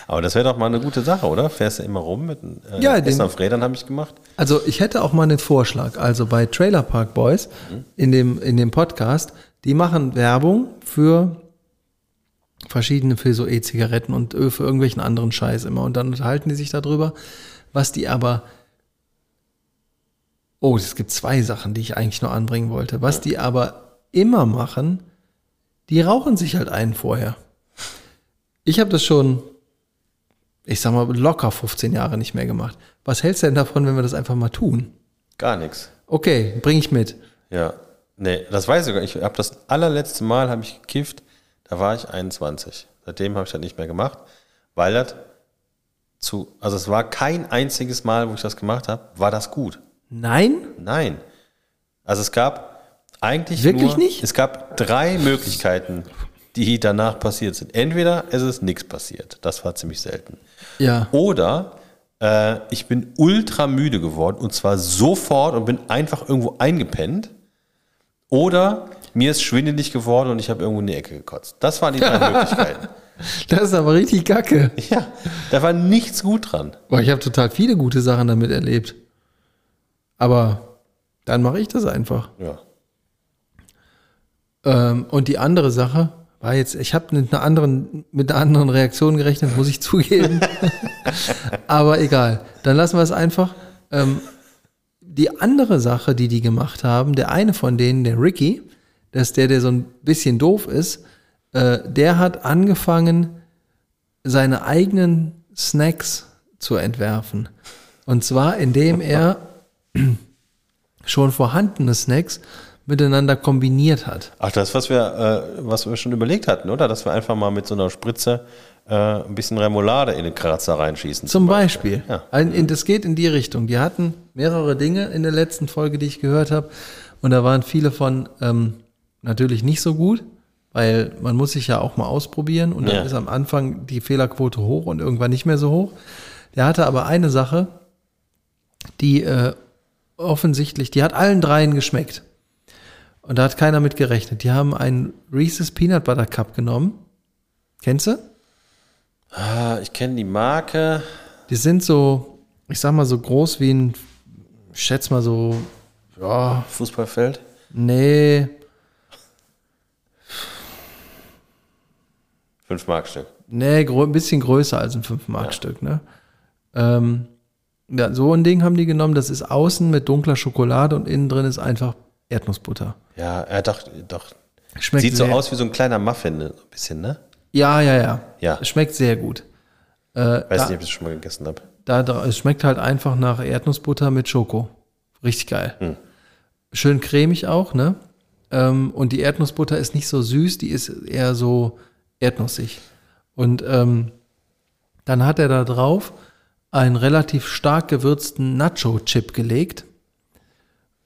Aber das wäre doch mal eine gute Sache, oder? Fährst du immer rum mit äh,
Ja, den-
gestern auf Rädern habe ich gemacht.
Also ich hätte auch mal einen Vorschlag. Also bei Trailer Park Boys in dem, in dem Podcast, die machen Werbung für verschiedene, für so E-Zigaretten und Ö- für irgendwelchen anderen Scheiß immer. Und dann unterhalten die sich darüber, was die aber... Oh, es gibt zwei Sachen, die ich eigentlich nur anbringen wollte. Was die aber immer machen, die rauchen sich halt einen vorher. Ich habe das schon ich sag mal, locker 15 Jahre nicht mehr gemacht. Was hältst du denn davon, wenn wir das einfach mal tun?
Gar nichts.
Okay, bring ich mit.
Ja. Nee, das weiß ich gar nicht. Ich habe das allerletzte Mal habe ich gekifft, da war ich 21. Seitdem habe ich das nicht mehr gemacht, weil das zu also es war kein einziges Mal, wo ich das gemacht habe, war das gut.
Nein?
Nein. Also es gab eigentlich
Wirklich
nur,
nicht?
Es gab drei Möglichkeiten, die danach passiert sind. Entweder es ist nichts passiert, das war ziemlich selten.
Ja.
Oder äh, ich bin ultra müde geworden und zwar sofort und bin einfach irgendwo eingepennt. Oder mir ist schwindelig geworden und ich habe irgendwo in die Ecke gekotzt. Das waren
[laughs]
die drei Möglichkeiten.
Das ist aber richtig kacke.
Ja, da war nichts gut dran.
Boah, ich habe total viele gute Sachen damit erlebt. Aber dann mache ich das einfach.
Ja.
Ähm, und die andere Sache war jetzt, ich habe mit einer anderen, mit einer anderen Reaktion gerechnet, muss ich [laughs] zugeben. Aber egal, dann lassen wir es einfach. Ähm, die andere Sache, die die gemacht haben, der eine von denen, der Ricky, dass der, der so ein bisschen doof ist, äh, der hat angefangen, seine eigenen Snacks zu entwerfen. Und zwar, indem er schon vorhandene Snacks miteinander kombiniert hat.
Ach, das, was wir, äh, was wir schon überlegt hatten, oder? Dass wir einfach mal mit so einer Spritze äh, ein bisschen Remoulade in den Kratzer reinschießen.
Zum Beispiel.
Ja.
Ein, in, das geht in die Richtung. Die hatten mehrere Dinge in der letzten Folge, die ich gehört habe. Und da waren viele von ähm, natürlich nicht so gut, weil man muss sich ja auch mal ausprobieren. Und dann
Ja.
ist am Anfang die Fehlerquote hoch und irgendwann nicht mehr so hoch. Der hatte aber eine Sache, die äh, offensichtlich, die hat allen dreien geschmeckt. Und da hat keiner mit gerechnet. Die haben einen Reese's Peanut Butter Cup genommen. Kennst du?
Ah, ich kenne die Marke.
Die sind so, ich sag mal, so groß wie ein, ich schätz mal so, ja,
Fußballfeld.
nee,
Fünf Markstück.
nee, grö- ein bisschen größer als ein 5-Mark-Stück, ne? Ähm, ja, so ein Ding haben die genommen, das ist außen mit dunkler Schokolade und innen drin ist einfach Erdnussbutter.
Ja, er doch, doch.
Schmeckt
Sieht so
sehr-
aus wie so ein kleiner Muffin, ne? ein bisschen, ne?
Ja, ja, ja.
Ja.
Schmeckt sehr gut. Äh,
Weiß
da,
nicht, ob ich das schon mal gegessen habe.
Da, dra- es schmeckt halt einfach nach Erdnussbutter mit Schoko. Richtig geil. Schön cremig auch, ne? Ähm, und die Erdnussbutter ist nicht so süß, die ist eher so erdnussig. Und ähm, dann hat er da drauf einen relativ stark gewürzten Nacho-Chip gelegt.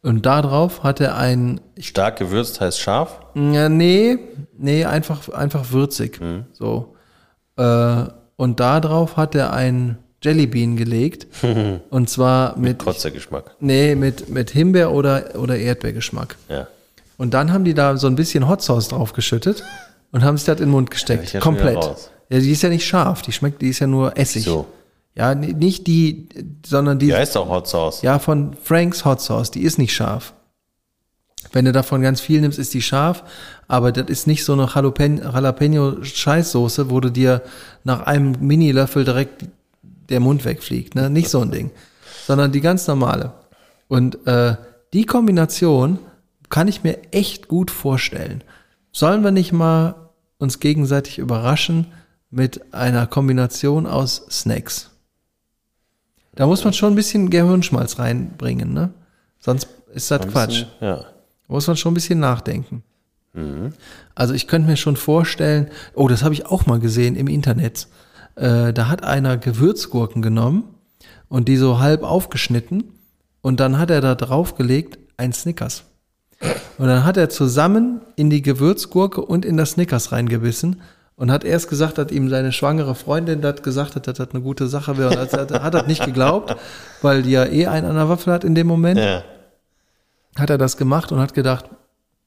Und da drauf hat er einen,
Stark gewürzt heißt scharf.
ja, nee, nee, einfach, einfach würzig.
Mhm.
So. Äh, und da drauf hat er einen Jellybean
[laughs]
gelegt. und zwar mit,
Kotzegeschmack.
nee, mit, mit Himbeer- oder, oder Erdbeergeschmack.
Ja.
Und dann haben die da so ein bisschen Hot Sauce draufgeschüttet und haben sich das in den Mund
Ja, ich
gesteckt.
ja schon
Komplett.
wieder raus.
Ja, die ist ja nicht scharf, die schmeckt, die ist ja nur Essig.
So.
Ja, n- nicht die, sondern die,
Die heißt auch Hot Sauce.
ja, von Franks Hot Sauce, die ist nicht scharf. Wenn du davon ganz viel nimmst, ist die scharf, aber das ist nicht so eine Jalapen- Jalapeno-Scheißsoße, wo du dir nach einem Mini-Löffel direkt der Mund wegfliegt. Ne? Nicht so ein Ding, sondern die ganz normale. Und äh, die Kombination kann ich mir echt gut vorstellen. Sollen wir nicht mal uns gegenseitig überraschen mit einer Kombination aus Snacks? Da muss man schon ein bisschen Gehirnschmalz reinbringen, ne? Sonst ist das Quatsch.
Ja.
Da muss man schon ein bisschen nachdenken. Also ich könnte mir schon vorstellen, oh, das habe ich auch mal gesehen im Internet. Äh, da hat einer Gewürzgurken genommen und die so halb aufgeschnitten und dann hat er da draufgelegt ein Snickers. Und dann hat er zusammen in die Gewürzgurke und in das Snickers reingebissen und hat erst gesagt, dass ihm seine schwangere Freundin das gesagt hat, dass das eine gute Sache wäre. Und das hat, hat das nicht geglaubt, weil die ja eh einen an der Waffel hat in dem Moment
ja.
hat er das gemacht und hat gedacht,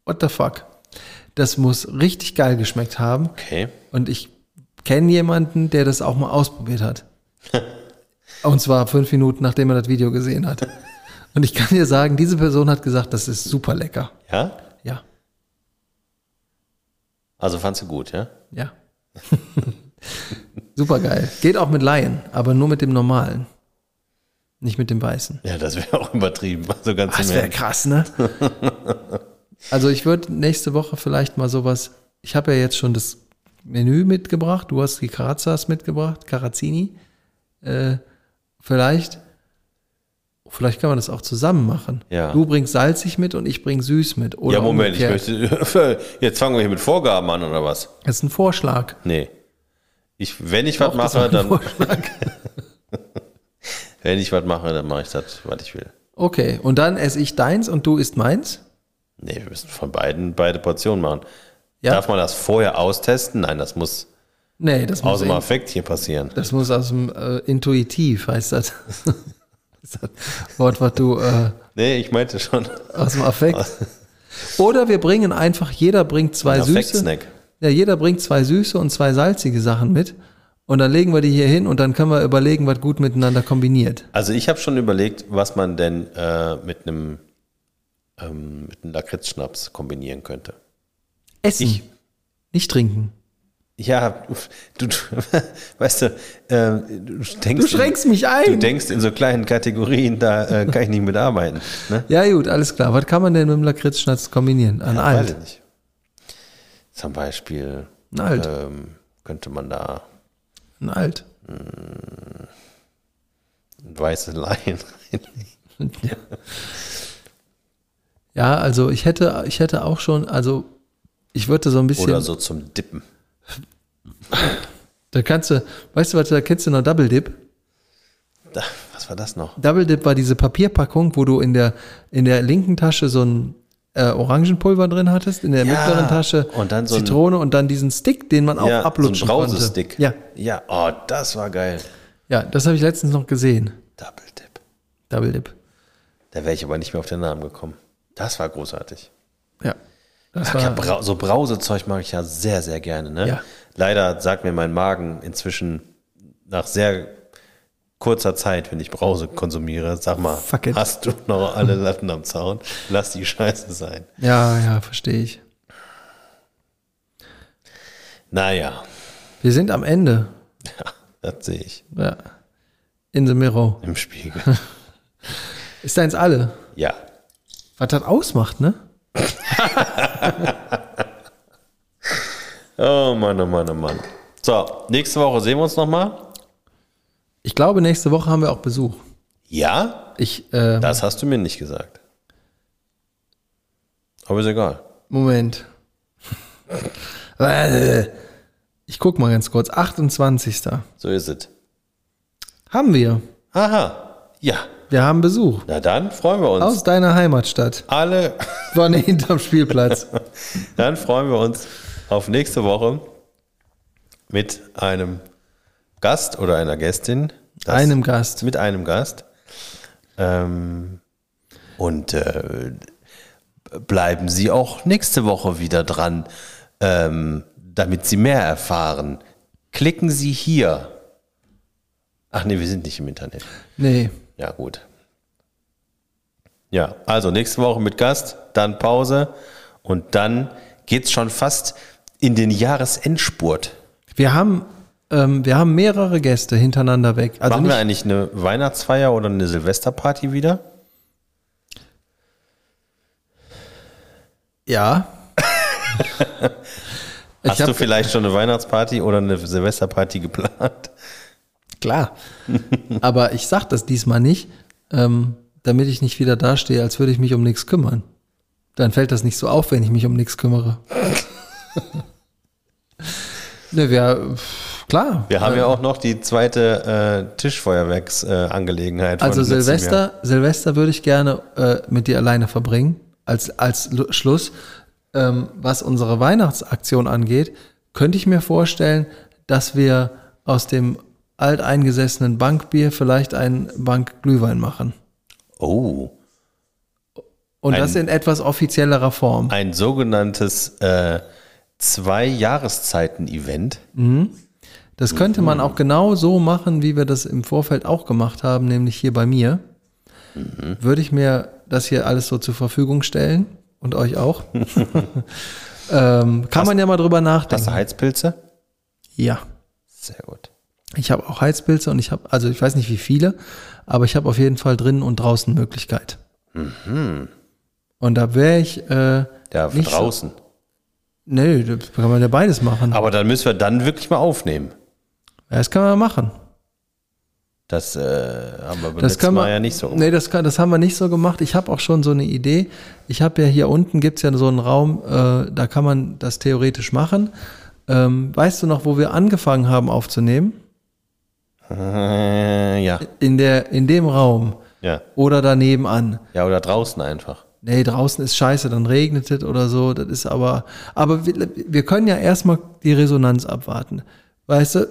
what the fuck? Das muss richtig geil geschmeckt haben.
Okay.
Und ich kenne jemanden, der das auch mal ausprobiert hat. Und zwar fünf Minuten, nachdem er das Video gesehen hat. Und ich kann dir sagen, diese Person hat gesagt, das ist super lecker.
Ja?
Ja,
Also fandst du gut, ja?
ja. [laughs] super geil. Geht auch mit Laien, aber nur mit dem normalen. Nicht mit dem weißen.
Ja, das wäre auch übertrieben. Also ganz
Ah,
im
Das wäre
Ernst.
krass, ne? [laughs] also ich würde nächste Woche vielleicht mal sowas. Ich habe ja jetzt schon das Menü mitgebracht. Du hast die Karazzas mitgebracht, Carazzini. Äh, vielleicht, vielleicht kann man das auch zusammen machen.
Ja.
Du bringst salzig mit und ich bring süß mit. Oder
Ja, Moment, ich
umgekehrt.
möchte. [laughs] Jetzt fangen wir hier mit Vorgaben an, oder was?
Das ist ein Vorschlag.
Nee. Ich, wenn ich was
Doch, das war
mache,
ein
dann.
Vorschlag.
Wenn ich was mache, dann mache ich das, was ich will.
Okay, und dann esse ich deins und du isst meins.
Nee, wir müssen von beiden beide Portionen machen.
Ja.
Darf man das vorher austesten? Nein, das muss
Nee, das
aus
muss,
dem
in,
Affekt hier passieren.
das muss aus dem äh, Intuitiv, heißt das. [laughs] ist das Wort, was du äh,
Nee, ich meinte schon. [laughs]
aus dem [laughs] Affekt. Oder wir bringen einfach, jeder bringt zwei süße.
Affekt-Snack.
Ja, jeder bringt zwei süße und zwei salzige Sachen mit. Und dann legen wir die hier hin und dann können wir überlegen, was gut miteinander kombiniert.
Also ich habe schon überlegt, was man denn äh, mit einem ähm, mit einem Lakritzschnaps kombinieren könnte.
Essen. Nicht trinken.
Ja, [laughs] du, du weißt du, äh, du denkst,
Du schränkst
in,
mich
du
ein.
denkst in so kleinen Kategorien, da äh, kann ich nicht mitarbeiten. Ne?
Ja, gut, alles klar. Was kann man denn mit dem Lakritzschnatz kombinieren? An
Weiß ich
alt.
nicht. Zum Beispiel
Ein alt.
ähm, könnte man da
Ein alt.
ein weißes Laien reinlegen.
Ja. ja, also ich hätte, ich hätte auch schon, also ich würde so ein bisschen.
oder so zum Dippen.
Da kannst du, weißt du was, da kennst du noch Double Dip?
Da, was war das noch?
Double Dip war diese Papierpackung, wo du in der, in der linken Tasche so ein äh, Orangenpulver drin hattest, in der
Ja,
mittleren Tasche
und dann so ein-
Zitrone und dann diesen Stick, den man auch
ja,
ablutschen
so ein
konnte.
Brausestick.
Ja,
ja, oh, das war geil.
ja, das habe ich letztens noch gesehen.
Double Dip.
Double Dip.
Da wäre ich aber nicht mehr auf den Namen gekommen. Das war großartig.
Ja. Das
Ach ja,
war,
Brau so Brausezeug mag ich ja sehr, sehr gerne. Ne?
Ja.
Leider sagt mir mein Magen inzwischen nach sehr kurzer Zeit, wenn ich Brause konsumiere, sag mal,
Fuck it.
hast du noch alle Latten am Zaun? Lass die Scheiße sein.
ja, ja, verstehe ich.
Naja,
Wir sind am Ende.
[laughs] das sehe ich
Ja. In the Mirror. [laughs]
im Spiegel.
Ist eins alle.
ja.
Was das ausmacht, ne?
Oh Mann, oh Mann, oh Mann. So, nächste Woche sehen wir uns nochmal.
Ich glaube, nächste Woche haben wir auch Besuch.
Ja,
Ich, äh,
das hast du mir nicht gesagt. Aber ist egal.
Moment. Äh, Ich guck mal ganz kurz. 28.
So ist es.
Haben wir.
Aha. Ja.
Wir haben Besuch.
Na dann freuen wir uns.
Aus deiner Heimatstadt.
Alle. [laughs]
War nicht hinterm Spielplatz.
Dann freuen wir uns auf nächste Woche mit einem Gast oder einer Gästin. [laughs] Das-
Einem Gast.
Mit einem Gast. Ähm, und äh, bleiben Sie auch nächste Woche wieder dran, ähm, damit Sie mehr erfahren. Klicken Sie hier. Ach nee, wir sind nicht im Internet.
Nee.
Ja, gut. Ja, also nächste Woche mit Gast, dann Pause und dann geht's schon fast in den Jahresendspurt.
Wir haben, ähm, wir haben mehrere Gäste hintereinander weg. Also
Machen wir
nicht,
eigentlich eine Weihnachtsfeier oder eine Silvesterparty wieder?
ja.
[laughs]
ich
Hast du
hab,
vielleicht schon eine Weihnachtsparty oder eine Silvesterparty geplant?
klar. Aber ich sag das diesmal nicht, ähm, damit ich nicht wieder dastehe, als würde ich mich um nichts kümmern. Dann fällt das nicht so auf, wenn ich mich um nichts kümmere. [laughs] ne, wir, pff, klar.
Wir haben ja auch noch die zweite äh, Tischfeuerwerksangelegenheit. Äh, Angelegenheit von
Also
letztem Jahr.
Silvester, Silvester würde ich gerne äh, mit dir alleine verbringen, als, als Lu- Schluss. Ähm, was unsere Weihnachtsaktion angeht, könnte ich mir vorstellen, dass wir aus dem alteingesessenen Bankbier vielleicht einen Bankglühwein machen.
Oh,
Und
Ein-
das in etwas offiziellerer Form.
Ein sogenanntes äh, Zwei-Jahreszeiten-Event.
Das könnte man auch genau so machen, wie wir das im Vorfeld auch gemacht haben, nämlich hier bei mir.
Mhm.
Würde ich mir das hier alles so zur Verfügung stellen und euch
[laughs]
auch. ähm, kann man ja mal drüber
Hast du
nachdenken.
Heizpilze?
Ja.
Sehr gut.
Ich habe auch Heizpilze und ich habe, also ich weiß nicht wie viele, aber ich habe auf jeden Fall drinnen und draußen Möglichkeit. Und da wäre ich, äh,
Ja,
Nicht so.
Mhm. draußen.
nee, da kann man ja beides machen.
Aber dann müssen wir dann wirklich mal aufnehmen.
Ja, das kann man machen.
Das äh, haben wir beim
Das
letzten
kann man
Mal ja nicht so.
Nee, das, kann, das haben wir nicht so gemacht. Ich habe auch schon so eine Idee. Ich habe ja hier unten gibt's ja so einen Raum, äh, da kann man das theoretisch machen. Ähm, weißt du noch, wo wir angefangen haben aufzunehmen?
Äh, [laughs] ja,
In, der, in dem Raum
ja.
oder daneben an.
Ja, oder draußen einfach.
Nee, draußen ist scheiße, dann regnet es oder so. Das ist aber. Aber wir, wir können ja erstmal die Resonanz abwarten. Weißt du,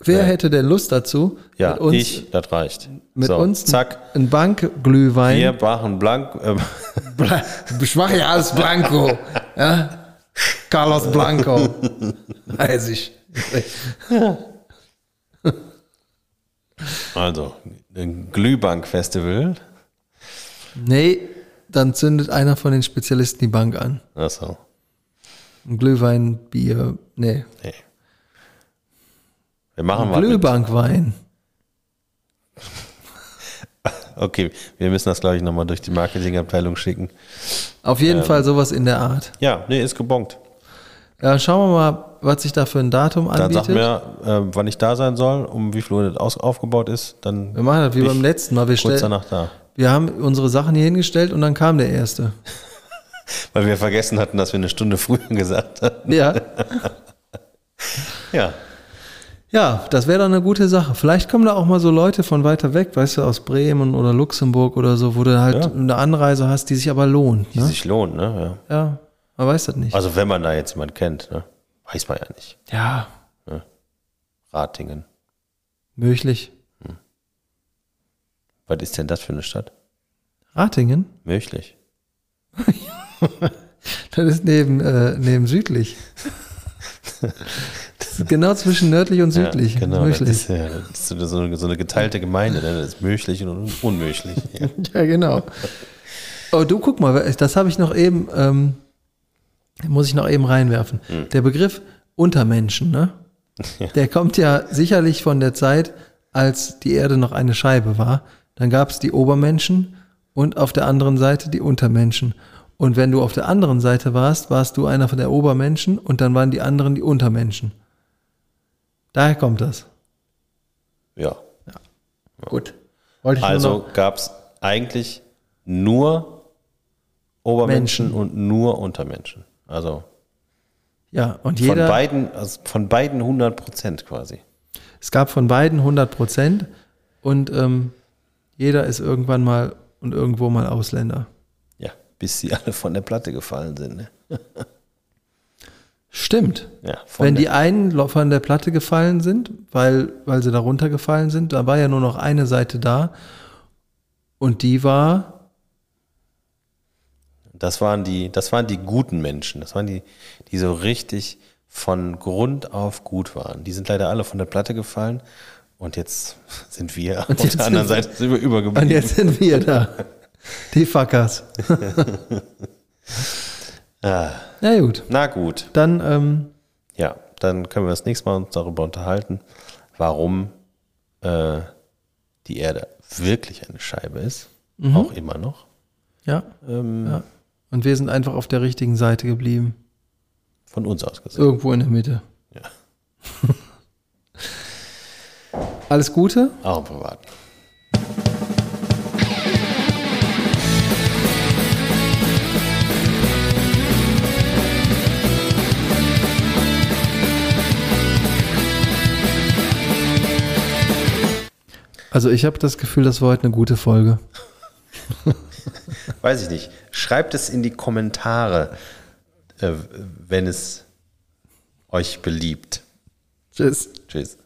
wer hätte denn Lust dazu?
Ja,
mit uns,
ich, das reicht.
mit
so,
uns
Zack,
ein Bankglühwein.
wir machen blank. Äh, [laughs]
Bla- Ich mache ja alles Blanco. Ja? Carlos Blanco. Weiß ich.
also, ein Glühbank-Festival.
Nee, dann zündet einer von den Spezialisten die Bank an.
Achso,
Ein Glühwein, Bier, nee.
nee. Wir machen was. halt mit-
Glühbankwein.
Okay, wir müssen das, glaube ich, nochmal durch die Marketingabteilung schicken.
Auf
Ähm.
jeden Fall sowas in der Art.
Ja, nee, ist gebongt.
Ja, schauen wir mal, was sich da für ein Datum
Dann sag
anbietet.
mir, äh, wann ich da sein soll, um wie viel Uhr das aus, aufgebaut ist. Dann
wir machen das wie
bin
beim
ich
letzten Mal. Wir,
Kurz
stell,
danach da.
wir haben unsere Sachen hier hingestellt und dann kam der
[laughs]
erste.
Weil wir vergessen hatten, dass wir eine Stunde [laughs] früher gesagt haben.
Ja,
Ja,
ja das wäre dann eine gute Sache. Vielleicht kommen da auch mal so Leute von weiter weg, weißt du, aus Bremen oder Luxemburg oder so, wo du halt
Ja.
eine Anreise hast, die sich aber lohnt.
die
Ne?
sich lohnt, ne?
Ja, man weiß das
Ja.
nicht.
Also wenn man da jetzt jemanden kennt, ne? Weiß man ja nicht.
Ja,
Ratingen.
möglich.
Was ist denn das für eine Stadt?
Ratingen?
Möglich.
Das ist neben, äh, neben
[laughs]
südlich. Das ist genau zwischen nördlich und südlich.
Ja, genau. Das
Möglich.
ist, ja, das ist so, eine- so eine, so eine geteilte Gemeinde, ne? Das ist möglich und un- unmöglich. Ja.
[laughs] Ja, genau. Oh, du guck mal, das habe ich noch eben, ähm, muss ich noch eben reinwerfen.
Hm.
Der Begriff Untermenschen,
[laughs]
ne? Der kommt ja sicherlich von der Zeit, als die Erde noch eine Scheibe war. Dann gab es die Obermenschen und auf der anderen Seite die Untermenschen. Und wenn du auf der anderen Seite warst, warst du einer von der Obermenschen und dann waren die anderen die Untermenschen. Daher kommt das.
ja.
Gut. Wollte ich nur noch.
Also gab es eigentlich nur Obermenschen
Menschen.
und nur Untermenschen. Also
Ja, und
von
jeder.
beiden, also von beiden 100 Prozent quasi.
Es gab von beiden 100 Prozent und ähm, jeder ist irgendwann mal und irgendwo mal Ausländer.
Ja, bis sie alle von der Platte gefallen sind. Ne?
Stimmt.
Ja, von
Wenn
der-
die einen lo- von der Platte gefallen sind, weil, weil sie darunter gefallen sind, da war ja nur noch eine Seite da und die war, [laughs]
Das waren die, das waren die guten Menschen. Das waren die, die so richtig von Grund auf gut waren. Die sind leider alle von der Platte gefallen. Und jetzt sind wir
Und
auf
jetzt
der anderen
sind wir-
Seite sind wir
und
übergeblieben.
jetzt sind wir da. Die Fuckers.
[laughs] Ah,
Na gut,
na gut.
dann ähm,
Ja, dann können wir das nächste Mal uns darüber unterhalten, warum äh, die Erde wirklich eine Scheibe ist.
Mhm.
Auch immer noch.
ja,
Ähm.
ja. Und wir sind einfach auf der richtigen Seite geblieben.
Von uns aus gesehen.
Irgendwo in der Mitte.
Ja.
Alles Gute.
Auch im Privaten.
Also ich habe das Gefühl, das war heute eine gute Folge.
Weiß ich nicht. Schreibt es in die Kommentare, äh, wenn es euch beliebt.
Tschüss.
Tschüss.